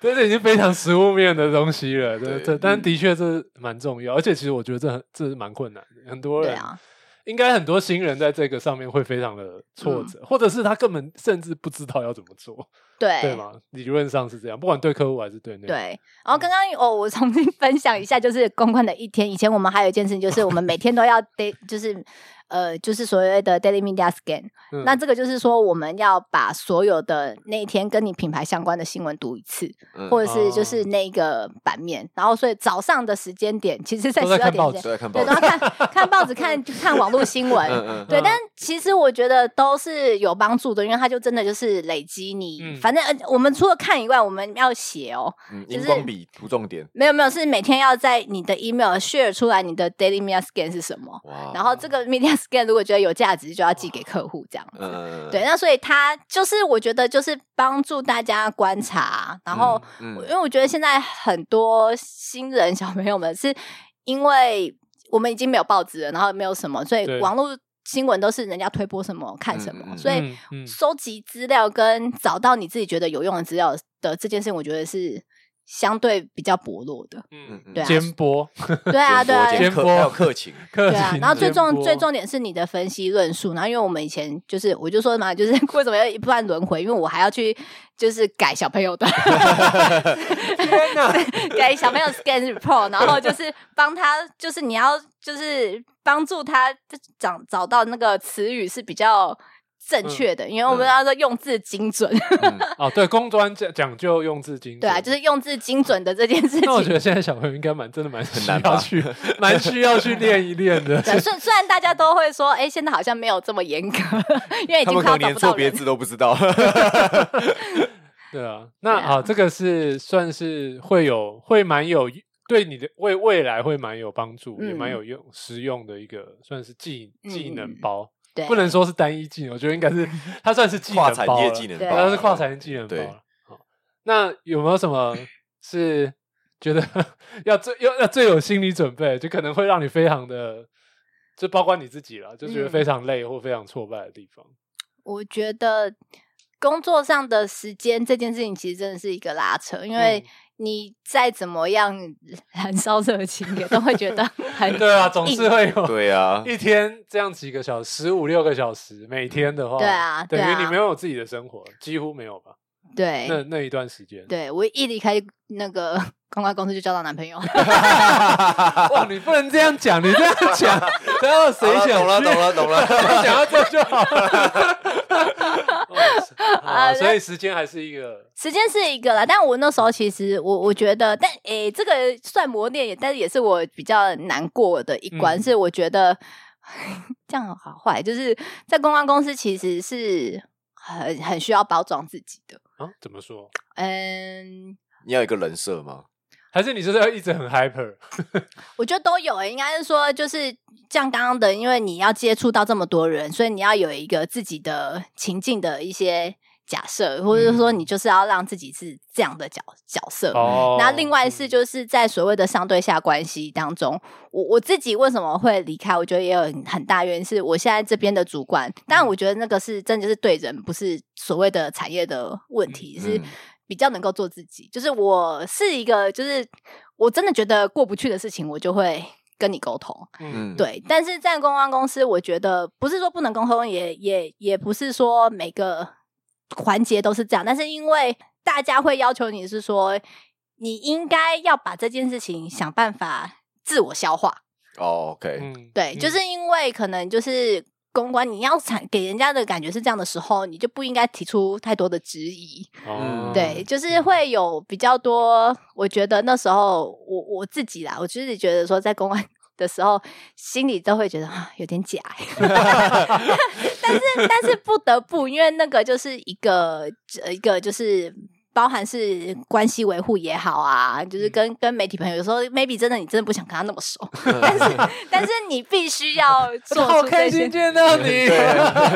S1: 这是已经非常食物面的东西了，这
S2: 对嗯
S1: 这，但的确这蛮重要，而且其实我觉得这很这是蛮困难的，很多
S3: 对
S1: 人、
S3: 啊，
S1: 应该很多新人在这个上面会非常的挫
S3: 嗯
S1: 折，或者是他根本甚至不知道要怎么做，
S3: 对
S1: 对吗？理论上是这样，不管对客户还是对内，
S3: 对，然后刚刚哦，我重新 分享一下，就是公关的一天。以前我们还有一件事情，就是我们每天都要 day，就是呃，就是所谓的 daily media scan、
S1: 嗯
S3: 那这个就是说，我们要把所有的那一天跟你品牌相关的新闻读一次，
S2: 嗯
S3: 或者是就
S1: 哦
S3: 是那个版面。然后，所以早上的时间点，其实在
S1: 都
S3: 十
S1: 在
S3: 二
S1: 看
S3: 点
S1: 报
S3: 之
S1: 纸
S3: 前，
S2: 都在看报
S3: 对，
S2: 纸
S3: 然后，看看报 纸、看看网络新闻。
S2: 嗯嗯，
S3: 对，
S1: 嗯
S3: 但其实我觉得都是有帮助的，因为它就真的就是累积你。
S1: 嗯
S3: 反正呃我们除了看以外，我们要写哦，
S2: 嗯
S3: 就是
S2: 荧光笔涂重点，
S3: 没有没有，是每天要在你的 email share 出来你的 daily media scan 是什么，
S2: 哇，
S3: 然后这个 media scan 如果觉得有价值，就要寄给客户这样子。
S2: 嗯，
S3: 对，那所以它就是我觉得就是帮助大家观察，然后、
S2: 嗯
S3: 因为我觉得现在很多新人小朋友们是因为我们已经没有报纸了，然后没有什么，所以
S1: 对
S3: 网络新闻都是人家推播什么看什么，
S2: 嗯嗯嗯
S3: 所以
S1: 嗯嗯
S3: 收集资料跟找到你自己觉得有用的资料的这件事情，我觉得是相对比较薄弱的。
S1: 嗯，
S2: 嗯
S3: 对啊
S1: 肩波
S3: 对啊，对啊，
S1: 肩
S2: 兼
S1: 兼
S2: 客
S1: 播
S2: 还有客情，
S1: 客
S3: 对
S1: 情
S3: 啊
S1: 兼，
S3: 然后最重
S1: 播
S3: 最重点是你的分析论述，然后因为我们以前就是我就说嘛，就是 为什么要一半轮回？因为我还要去就是改小朋友的
S1: 天哪，
S3: 改小朋友 scan report，然后就是帮他，就是你要就是帮助他找找到那个词语是比较正确的，因为我们要说用字精准，
S1: 哦，对，工专讲讲究用字精，
S3: 对啊，就是用字精准的这件事
S1: 那我觉
S3: 情。
S1: 得现在小朋友应该蛮真的蛮需
S2: 难吧
S1: 要去蛮需要去练一练的。
S3: 对虽虽然大家都会说，哎、现在好像没有这么严格，因 为
S2: 他
S3: 已经
S2: 们
S3: 快
S2: 可
S3: 要
S2: 能连
S3: 找不
S2: 错
S3: 到
S2: 别
S3: 人。
S2: 字都不知道。
S1: 对啊，那
S3: 对啊
S1: 啊，这个是算是会有会蛮有对你的未未来会蛮有帮助，也蛮
S3: 嗯
S1: 有用实用的一个算是技技
S3: 嗯嗯
S1: 能
S3: 嗯
S1: 包，
S3: 对，
S1: 不能说是单一技能，我觉得应该是它算 是技
S2: 跨
S1: 能
S2: 产
S1: 包
S2: 业
S1: 了
S2: 技能
S3: 对啊
S2: 包，
S1: 它是跨产业技能包
S2: 对
S1: 了。好，那有没有什么是觉得 要最要要最有心理准备，就可能会让你非常的，就包括你自己了，就觉得
S3: 嗯
S1: 非常累或非常挫败的地方？
S3: 我觉得工作上的时间这件事情，其实真的是一个拉扯，因为
S1: 嗯
S3: 你再怎么样燃烧热情，也都会觉得 很
S1: 对啊，总是会有
S2: 对啊，
S1: 一天这样几个小时，十五六个小时，每天的话，
S3: 对啊
S1: 等
S3: 对啊
S1: 于你没有自己的生活，几乎没有吧？那
S3: 对
S1: 那一段时间，
S3: 对。我一离开那个 公关公司，就交到男朋友。
S1: 哇，你不能这样讲，你这样讲，然后谁想
S2: 好
S1: 去
S2: 懂了，懂了，懂了，懂了。
S1: 想要做就好了。啊，
S3: 啊
S1: 所以时间还是一个，
S3: 时间是一个啦，但我那时候其实我我觉得，但诶、这个算磨练也，但是也是我比较难过的一关，
S1: 嗯
S3: 是我觉得这样好坏，就是在公关公司其实是很很需要包装自己的。
S1: 啊，怎么说？
S3: 嗯，
S2: 你要有一个人设吗？
S1: 还是你就是要一直很 hyper？
S3: 我觉得都有、欸，应该是说就是像刚刚的，因为你要接触到这么多人，所以你要有一个自己的情境的一些假设，或者是说你就是要让自己是这样的角角色。
S1: 嗯哦
S3: 呃那另外是，
S1: 嗯
S3: 就是在所谓的上对下关系当中，我我自己为什么会离开？我觉得也有很大原因是我现在这边的主管，但
S1: 嗯
S3: 我觉得那个是真的就是对人，不是所谓的产业的问题，是
S2: 嗯
S3: 比较能够做自己。就是我是一个，就是我真的觉得过不去的事情，我就会跟你沟通。
S1: 嗯，
S3: 对，但是在公关公司，我觉得不是说不能沟通，也也也不是说每个环节都是这样，但是因为大家会要求你是说，你应该要把这件事情想办法自我消化。
S2: 哦，OK，
S1: 嗯
S3: 对，就
S1: 嗯
S3: 是因为可能就是公关，你要产给人家的感觉是这样的时候，你就不应该提出太多的质疑。
S2: 嗯
S1: 哦
S3: 对，就是会有比较多。我觉得那时候我我自己啦，我自己觉得说在公安 的时候，心里都会觉得啊有点假欸、 但是但是不得不，因为那个就是一个呃一个就是。包含是关系维护也好啊，
S1: 嗯
S3: 就是跟跟媒体朋友，有时候 maybe 真的你真的不想跟他那么熟，
S1: 嗯
S3: 但是但是你必须要做
S1: 好
S3: 出
S1: 开
S3: 这些
S1: 心，见到你，
S2: 对啊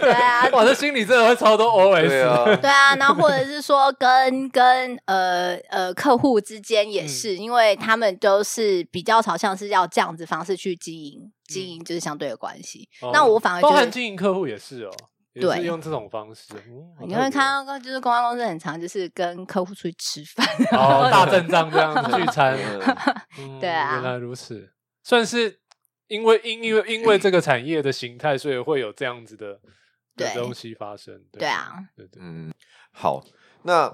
S3: 对啊，
S1: 哇，这心里真的会超多 OS，
S2: 对啊，
S3: 对啊，那或者是说跟跟呃呃客户之间也
S1: 嗯
S3: 是，因为他们都是比较朝向是要这样子方式去经营经营，就是相对的关系。
S1: 嗯哦
S3: 那我反而
S1: 包
S3: 觉
S1: 含
S3: 得。
S1: 经营客户也是哦，也
S3: 对
S1: 是用这种方式，嗯好
S3: 你
S1: 特
S3: 会
S1: 别
S3: 看到，就是公关公司很常就是跟客户出去吃饭，
S1: 哦，大阵仗这样 子聚餐，
S2: 嗯
S1: 嗯
S3: 对啊
S1: 原来如此，算是因为因因为因为这个产业的形态，所以会有这样子的的
S3: 对
S1: 东西发生，
S3: 对啊，
S1: 对对，
S2: 嗯，好。那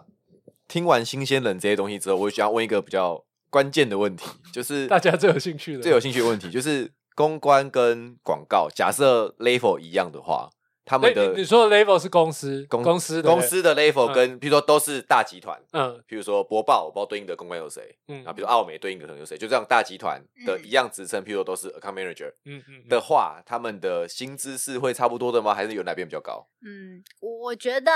S2: 听完新鲜人这些东西之后，我想要问一个比较关键的问题，就是
S1: 大家最有兴趣的，
S2: 最有兴趣的问题，就是公关跟广告，假设 level 一样的话，他
S1: 哎
S2: 们
S1: 你你
S2: 的
S1: 说的 level 是公司
S2: 公
S1: 公司的
S2: 公，司的 level
S1: 嗯
S2: 跟，比如说都是大集团，
S1: 嗯
S2: 比如说博报，我不知道对应的公关有谁
S1: 嗯
S2: 啊，比如说奥美对应的可能有谁，就这样大集团的
S3: 嗯
S2: 一样职称，譬如说都是 account manager
S1: 嗯嗯
S2: 的话，他们的薪资是会差不多的吗？还是有哪边比较高？
S3: 嗯，我我觉得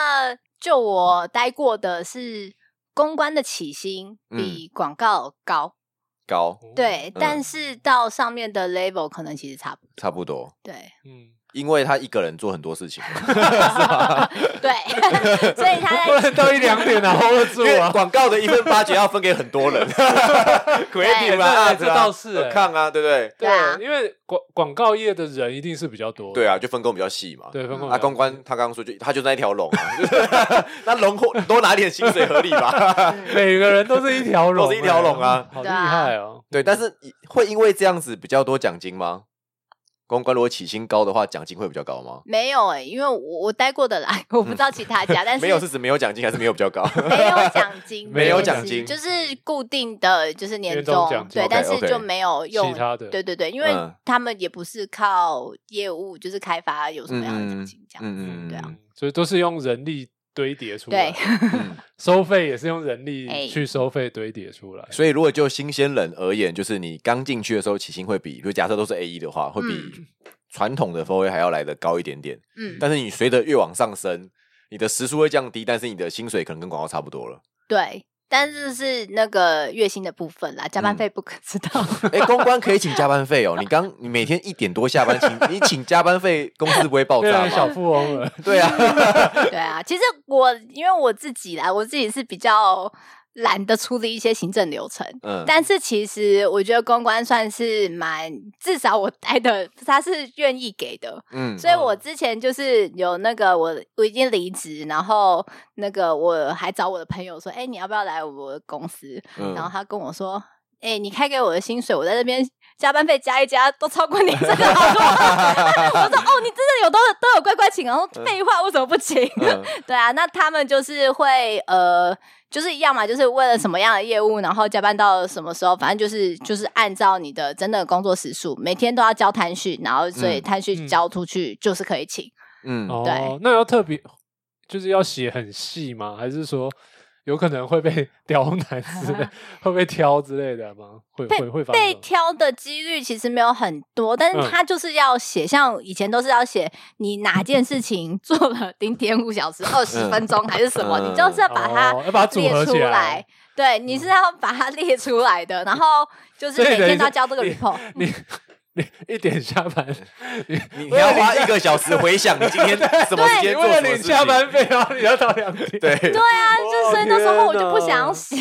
S3: 就我待过的是公关的起薪比广告高，
S2: 高，
S1: 嗯
S3: 对，
S2: 嗯
S3: 但是到上面的 level 可能其实差不多，
S2: 差不多。
S3: 对，
S1: 嗯，
S2: 因为他一个人做很多事情，
S3: 对， 所以他
S1: 不
S3: 在
S1: 然到一两点啊 hold 得住
S2: 因为
S1: 啊。
S2: 广告的一分八角要分给很多 人 ，creative 啊，
S1: 对这倒是欸
S2: 看啊，对不对？
S3: 对啊
S1: 因为广广告业的人一定是比较多的。
S2: 对啊，就分工比较细嘛。
S3: 嗯
S1: 对，分工比
S2: 啊，
S1: 较
S2: 公关他刚刚说就他就那一条龙啊， 那龙后多拿点薪水合理 吧？
S1: 每个人都是一条龙欸，
S2: 都是一条龙啊
S1: 好厉
S3: 对啊
S1: 害哦。
S2: 对，但是会因为这样子比较多奖金吗？公关如果起薪高的话，奖金会比较高吗？
S3: 没有哎、因为我我待过的来， 我不知道其 他家，但
S2: 嗯
S3: 是
S2: 没有是指没有奖金还是没有比较高？
S3: 没有奖金，
S1: 没有
S2: 奖金
S3: 就是固定的就是年
S1: 年终奖金
S3: 对，但是
S2: OK，OK
S3: 就没有用
S1: 其他的
S3: 对对对，因为
S2: 嗯
S3: 他们也不是靠业务，就是开发有什么样的奖金这样，
S2: 嗯嗯嗯嗯
S3: 对啊，
S1: 嗯所以都是用人力堆叠出来
S3: 对，
S1: 的，
S2: 嗯
S1: 收费也是用人力
S3: 哎
S1: 去收费堆叠出来。
S2: 所以如果就新鲜人而言，就是你刚进去的时候起薪会比，比如假设都是 A E 一的话，会比传统的 FOA 还要来的高一点点。
S3: 嗯，
S2: 但是你随着越往上升，你的时数会降低，但是你的薪水可能跟广告差不多了。
S3: 对，但是是那个月薪的部分啦，加班费不可知道，
S2: 哎、公关可以请加班费哦。你刚你每天一点多下班，请你请加班费，公司不会爆
S1: 变
S2: 炸
S1: 成小
S2: 吗？
S1: 富
S3: 嗯
S1: 翁了，
S2: 对啊，
S3: 对啊，其实我因为我自己啦，我自己是比较懒得处理一些行政流程，
S2: 嗯，
S3: 但是其实我觉得公关算是蛮，至少我待的他是愿意给的，
S2: 嗯
S3: 所以我之前就是有那个我我已经离职，然后那个我还找我的朋友说，哎、你要不要来我的公司？然后
S2: 嗯，
S3: 他跟我说，哎、你开给我的薪水，我在这边加班费加一加都超过你这个好多。 我说哦，你真的有都有都有乖乖请，然后废话为什么不请？
S2: 嗯
S3: 对啊，那他们就是会呃，就是一样嘛，就是为了什么样的业务，然后加班到什么时候，反正就是就是按照你的真的工作时数，每天都要交摊序，然后所以
S2: 嗯
S3: 摊序
S1: 嗯
S3: 交出去就是可以请。
S2: 嗯嗯
S1: 哦
S3: 对，
S1: 那要特别就是要写很细吗？还是说有可能会被 刁难之 类，会被挑之类的吗？会会会发生
S3: 被
S1: 这种
S3: 挑的几率其实没有很多，但
S1: 嗯
S3: 是他就是要写，像以前都是要写你哪件事情做了零点五小时、二十
S2: 嗯
S3: 分钟还是什么，
S2: 嗯
S3: 你就是要把它
S1: 哦要把它组
S3: 列
S1: 合
S3: 出
S1: 起来
S3: 来。对，你是要把它列出来的，然后就是
S1: 所以
S3: 每
S1: 等于
S3: 天都要
S1: 是
S3: 交这个
S1: 你
S3: report。
S1: 你你一点下班，你
S2: 你你要花一个小时回想你今天什么时
S1: 你
S2: 间做
S1: 为
S2: 什
S1: 了
S2: 么
S1: 领
S2: 事情
S1: 下，班费，然后你要到两点，
S2: 对，
S3: 对啊，就所以那时候我就不
S1: 天哪
S3: 想写。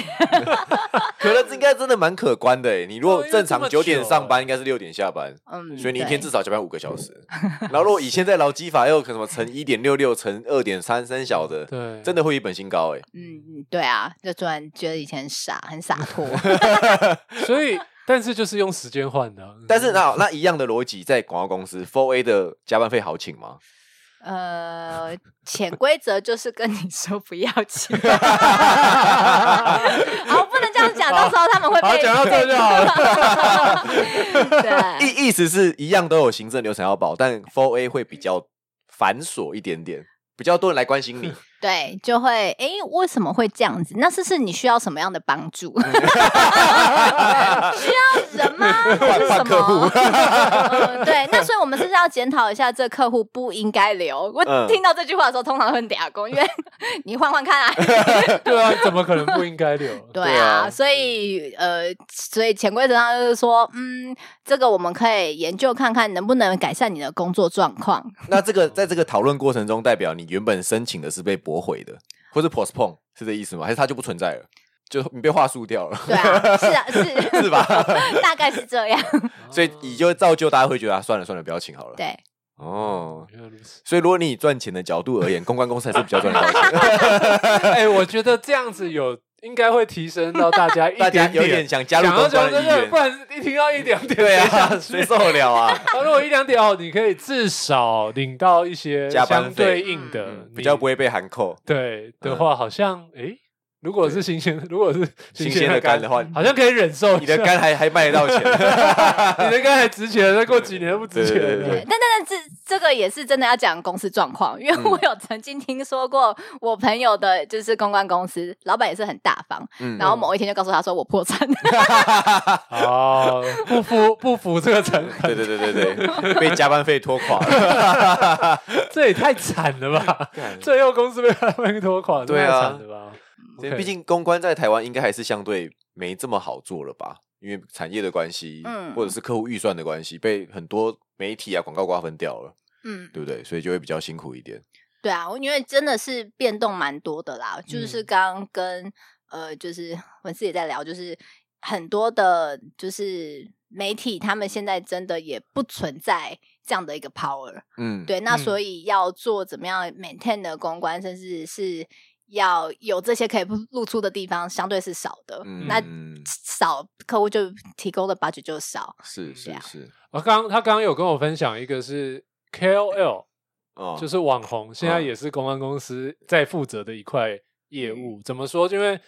S2: 可能应该真的蛮可观的欸诶。你如果正
S1: 哦因为这
S2: 常
S1: 么久
S2: 九点上班，应该是六点下班，
S3: 嗯，
S2: 所以你一
S3: 对
S2: 天至少加班五个小时。 然后如果以现在劳基法又可能什么乘一点六六、乘二点三三小的，
S1: 对，
S2: 真
S1: 的
S2: 的会比本薪高哎。
S3: 嗯，嗯对啊，就突然觉得以前很傻，很洒脱。
S1: 所以。但是就是用时间换的啊，
S2: 但是那那一样的逻辑，在广告公司 Four A 的加班费好请吗？
S3: 呃，潜规则就是跟你说不要 请，好，不能这样讲，到时候他们会
S1: 好
S3: 被
S1: 讲到这就好
S3: 了。
S1: 啊
S3: 对，
S2: 意意思是一样都有行政流程要保，但 Four A 会比较繁琐一点点，比较多人来关 心你。
S3: 对，就会诶，为什么会这样子？那是是你需要什么样的帮助？
S1: 啊
S3: 需要人吗？还是什
S2: 换客户
S3: 么？嗯对，那所以我们是不是要检讨一下，这客户不应该留。我
S2: 嗯
S3: 听到这句话的时候，通常会很嗲工，因为你换换 看啊。
S1: 对啊，怎么可能不应该留？
S3: 对
S2: 对啊
S3: 啊，所以呃，所以潜规则上就是说，嗯，这个我们可以研究看看能不能改善你的工作状况。
S2: 那这个在这个讨论过程中，代表你原本申请的是被驳回的，或是 postpone 是这意思吗？还是它就不存在了？就你被话术掉了，
S3: 对啊，是啊，是
S2: 是吧？
S3: 大概是这样。
S2: 所以你就造就大家会觉得、啊、算了算了，不要请好了。
S3: 对，
S2: 哦，
S1: 原来如此。
S2: 所以如果你以赚钱的角度而言，公关公司还是比较赚 到钱，
S1: 哎，我觉得这样子有应该会提升到大家一
S2: 大家
S1: 点
S2: 有点想加入公
S1: 讲到
S2: 关的
S1: 真
S2: 意
S1: 的，
S2: 愿
S1: 不。然一听到一两点，
S2: 对
S1: 谁
S2: 啊，
S1: 想
S2: 谁
S1: 去？
S2: 受得了啊？
S1: 啊如果一两点哦，你可以至少领到一些
S2: 加班
S1: 相
S2: 费
S1: 对应的，
S2: 嗯
S1: 你
S2: 比较不会被函扣。
S1: 对的
S2: 嗯
S1: 话，好像诶，如果是新鲜，如果是
S2: 新鲜的肝的话，
S1: 好像可以忍受一下。
S2: 你的肝还还卖得到 钱，
S1: 你的肝还值钱，再过几年都不值钱了。
S2: 对对对
S3: 但但但这这个也是真的要讲公司状况，因为
S2: 嗯
S3: 我有曾经听说过我朋友的，就是公关公司老板也是很大方，
S2: 嗯
S3: 然后某一天就告诉他说我破产，
S1: 哦，不服不服这个成本，
S2: 对对对对对，被加班费拖垮了。
S1: 这也太惨了吧！最后公司被他们拖垮，这
S2: 对
S1: 太
S2: 啊
S1: 惨了吧？OK
S2: 毕竟公关在台湾应该还是相对没这么好做了吧？因为产业的关系，
S3: 嗯
S2: 或者是客户预算的关系，被很多媒体啊广告瓜分掉了。
S3: 嗯，
S2: 对不对？所以就会比较辛苦一点。
S3: 对啊，因为真的是变动蛮多的啦，就是刚刚跟、呃，就是文思也在聊，就是很多的，就是媒体他们现在真的也不存在这样的一个 power，
S2: 嗯，
S3: 对，那
S1: 嗯
S3: 所以要做怎么样 maintain 的公关，甚至是要有这些可以露出的地方，相对是少的。
S2: 嗯，
S3: 那
S2: 嗯
S3: 少客户就提供的 budget 就少，
S2: 是
S3: 对
S2: 是
S3: 啊
S2: 是，
S1: 我刚他刚刚有跟我分享一个是 KOL，
S2: 哦，
S1: 就是是网红，现在
S2: 嗯
S1: 也是公关公司在负责的一块业务。怎么说？因为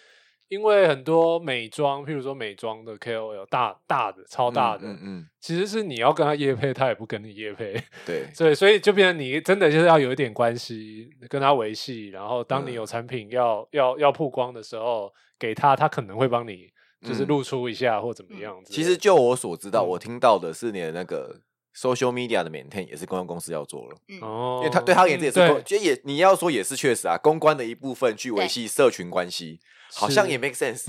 S1: 因为很多美妆，譬如说美妆的 KOL 大大的超大的，
S2: 嗯嗯，
S1: 其实是你要跟他业配，他也不跟你业配，
S2: 对，
S1: 所以所以就变成你真的就是要有一点关系跟他维系，然后当你
S2: 嗯
S1: 有产品要、要要曝光的时候，给他，他可能会帮你就是
S2: 嗯
S1: 露出一下或怎么样之类的。
S2: 其实就我所知道，
S1: 嗯
S2: 我听到的是你的那个 social media 的 maintain 也是公关公司要做了，
S1: 哦，
S2: 因为他对他而言
S1: 嗯
S2: 这也是
S1: 对
S2: 公，其实也你要说也是确实啊，公关的一部分去维
S3: 对
S2: 系社群关系，好
S1: 是
S2: 像也 make sense，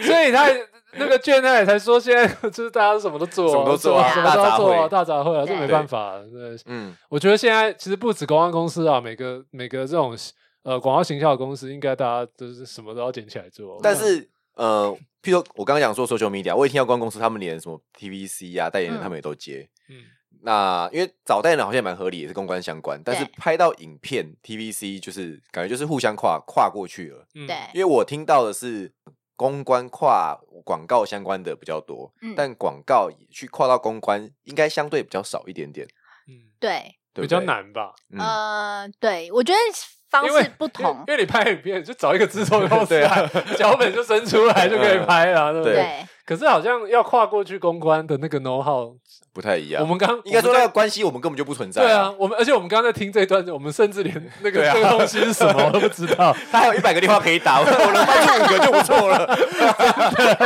S1: 所以他也那个卷奈才说，现在就是大家什么都做啊，
S2: 什么都做啊
S1: 什么都
S2: 大杂
S1: 做啊，
S2: 烩
S1: 大杂烩啊，这
S3: 对
S1: 没办法。对，
S2: 嗯
S1: 我觉得现在其实不止公关公司啊，每个每个这种呃广告行销的公司，应该大家都是什么都要捡起来做。
S2: 但是呃，譬如说我刚刚讲说 social media，我也听到公关公司他们连什么 TVC 啊代言人
S3: 嗯
S2: 他们也都接。
S1: 嗯，
S2: 那因为找代言人好像也蛮合理，也是公关相关，但是
S3: 对
S2: 拍到影片 TVC 就是感觉就是互相跨跨过去了。
S1: 嗯
S3: 对，
S2: 因为我听到的是公关跨广告相关的比较多，
S3: 嗯
S2: 但广告去跨到公关应该相对比较少一点点，
S1: 嗯，
S3: 对，
S2: 对不
S1: 比较
S2: 对。
S1: 难啊吧，
S2: 嗯
S3: 呃，对，我觉得方
S1: 因为
S3: 式不
S1: 因为
S3: 同，
S1: 因为你拍影片就找一个自从 公司
S2: 对啊
S1: 来，脚本就伸出来就可以拍了，对不
S2: 对
S1: 对？
S3: 对，
S1: 可是好像要跨过去公关的那个 know how，
S2: 不太一样。
S1: 我们刚
S2: 应该说
S1: 我们
S2: 那
S1: 在
S2: 个关系我们根本就不存在、
S1: 对啊，，我们而且我们刚刚在听这段，我们甚至连那个
S2: 对啊
S1: 这个东西是什 么都不知道。
S2: 他还有一百个电话可以打，我能翻出五个就不错了。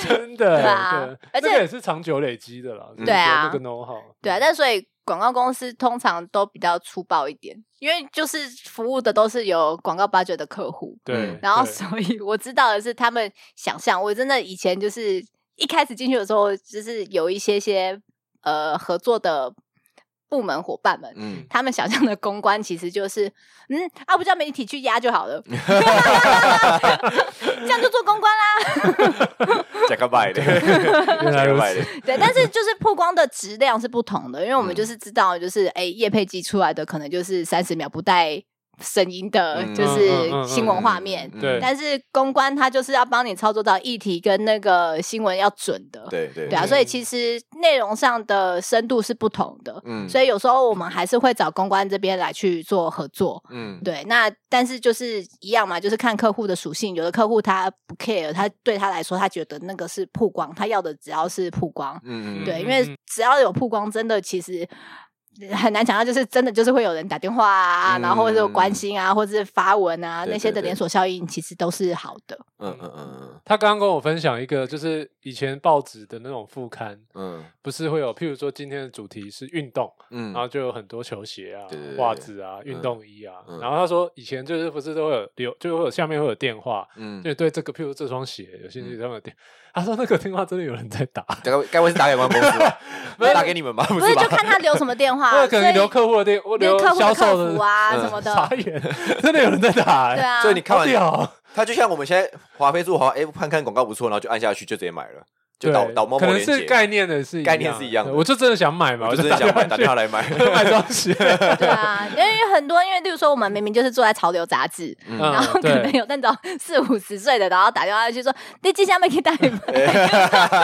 S1: 真的，
S3: 对啊而且
S1: 这个也是长久累积的
S2: 嗯
S1: 啦。
S3: 对啊
S1: 那个 know how，
S3: 对啊，但所以广告公司通常都比较粗暴一点，因为就是服务的都是有广告 budget 的客户，
S1: 对，
S3: 然后
S1: 对
S3: 所以我知道的是他们想象，我真的以前就是一开始进去的时候，就是有一些些呃合作的部门伙伴们，
S2: 嗯，
S3: 他们想象的公关其实就是，嗯，啊，不叫媒体去压就 好了，这样就做公关啦。
S2: 加个拜的，加
S1: 原来
S2: 个
S1: 如
S2: 拜
S1: 此
S2: 的，，
S3: 对，但是就是曝光的质量是不同的，因为
S2: 嗯
S3: 我们就是知道，就是哎，叶佩寄出来的可能就是三十秒不带声音的，
S2: 嗯
S3: 就是
S1: 嗯嗯嗯
S3: 新闻画面。
S2: 嗯
S1: 对
S3: 但是公关它就是要帮你操作到议题跟那个新闻要准的，
S2: 对嗯对
S3: 对啊，
S1: 对
S3: 所以其实内容上的深度是不同的，
S2: 嗯
S3: 所以有时候我们还是会找公关这边来去做合作。
S2: 嗯
S3: 对，那但是就是一样嘛，就是看客户的属性。有的客户他不 care，他对他来说，他觉得那个是曝光，他要的只要是曝光。
S2: 嗯嗯
S3: 对，因
S1: 嗯
S3: 为只要有曝光，真的其实很难想象，就是真的就是会有人打电话啊，
S2: 嗯
S3: 然后或者有关心啊，或者是发文啊，
S2: 对
S3: 那些的
S2: 对对
S3: 连锁效应其实都是好的。
S2: 嗯嗯嗯
S1: 他刚刚跟我分享一个，就是以前报纸的那种副刊，
S2: 嗯
S1: 不是会有，譬如说今天的主题是运动，
S2: 嗯
S1: 然后就有很多球鞋啊
S2: 对对、对
S1: 袜子啊、
S2: 嗯
S1: 运动衣啊。
S2: 嗯
S1: 然后他说，以前就是不是都会有留，就会有下面会有电话，
S2: 嗯
S1: 就对这个，譬如这双鞋有兴趣，他们有电。他说那个电话真的有人在打，
S2: 该不该不会是打给公关公司吧？打给你们吧？不
S3: 不是
S2: 吧
S3: 就？看他留什么电 话，
S1: 那可能留
S3: 啊所以
S1: 客户的电，我
S3: 留
S1: 留
S3: 客户
S1: 销
S3: 的
S1: 售
S3: 客
S1: 的
S3: 服啊
S2: 嗯
S3: 什么
S1: 傻
S3: 的，
S1: 眼，真的有人在 打、欸，
S3: 对啊。
S2: 所以你看
S1: 好
S2: 完
S1: 屌哦，
S2: 它就像我们现在华飞速滑，哎，看看广告不错，然后就按下去就直接买了，就导
S1: 对
S2: 导某
S1: 可
S2: 某
S1: 能
S2: 连
S1: 是
S2: 接，
S1: 概念的是
S2: 概念是一样的
S1: 对我就真的想买嘛，
S2: 我就
S1: 真
S2: 真的想买，打电话
S1: 来
S2: 来买。
S1: 买双 鞋，
S3: 对啊，因为很多，因为例如说，我们明明就是坐在潮流杂志，
S2: 嗯
S3: 然后
S1: 嗯，
S3: 可能
S1: 对，
S3: 有那种四五十岁的，然后打电话去说：“你接下来可以带你们。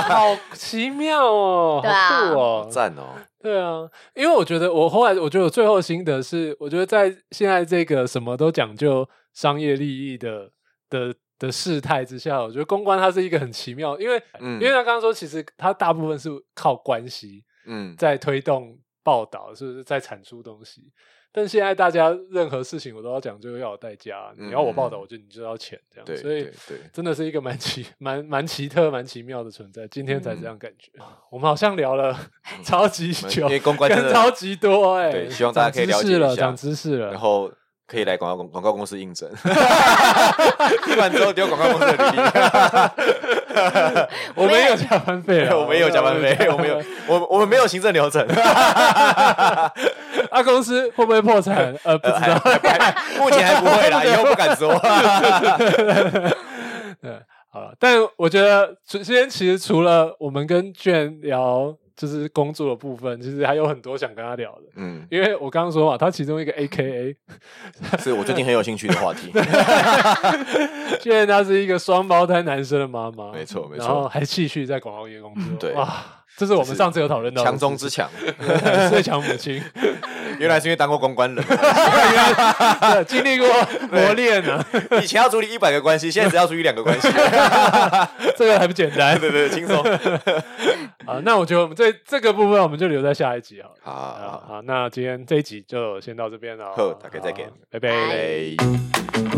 S1: 好奇妙哦，
S3: 对啊
S1: 好酷哦，
S2: 赞哦，
S1: 对啊，因为我觉得我后来我觉得我最后心得是，我觉得在现在这个什么都讲究商业利益的的的事态之下，我觉得公关它是一个很奇妙，因为、
S2: 嗯
S1: 因为他刚刚说，其实它大部分是靠关系
S2: 嗯，
S1: 在推动报道，是不是在产出东西？但现在大家任何事情我都要讲究要有代价，
S2: 嗯
S1: 你要我报道，我就你就要钱这样，
S2: 对
S1: 所以
S2: 对对，
S1: 真的是一个蛮奇、蛮蛮奇特、蛮奇妙的存在。今天
S2: 嗯
S1: 才这样感觉，我们好像聊了 超级久
S2: 因，为公关真
S1: 跟超
S2: 的，
S1: 级多哎、
S2: 对希望大家可以了解一下
S1: 长知识了，长知识
S2: 然
S1: 了。
S2: 后可以来广告 公广告公司应征，听完之后丢广告公司的履历。
S1: 我们也有加班 费啊，
S2: 我们也有加班费，我们有，我我们没有行政流程，
S1: 啊，公司会不会破产？呃，不知道。
S2: 目前哎还不会啦，以后 不敢说。
S1: 对，好了，但我觉得今天其实除了我们跟卷聊就是工作的部分，其实还有很多想跟他聊的，
S2: 嗯，
S1: 因为我刚刚说嘛，他其 中一个 A K
S2: 是我最近很有兴趣的话题。
S1: A，现在他是一个双胞胎男生的妈妈，
S2: 没错没错嗯
S1: 然后还继续在广告业工作，
S2: 对
S1: 哇，这是我们上次有讨论到的
S2: 强中之强，
S1: 强，最强母亲，
S2: 原来是因为当过公关人，
S1: 对经历过磨练啊，
S2: 以前要处理一百个关系，现在只要处理两个关系，
S1: 这个还不简单
S2: 对对对， 轻松。
S1: 啊。那我觉得我们这这个部分我们就留在下一集好了。啊
S2: 好，
S1: 好，那今天这一集就先到这边了哦，
S2: 好大家再见
S1: 好拜拜。
S2: 哎。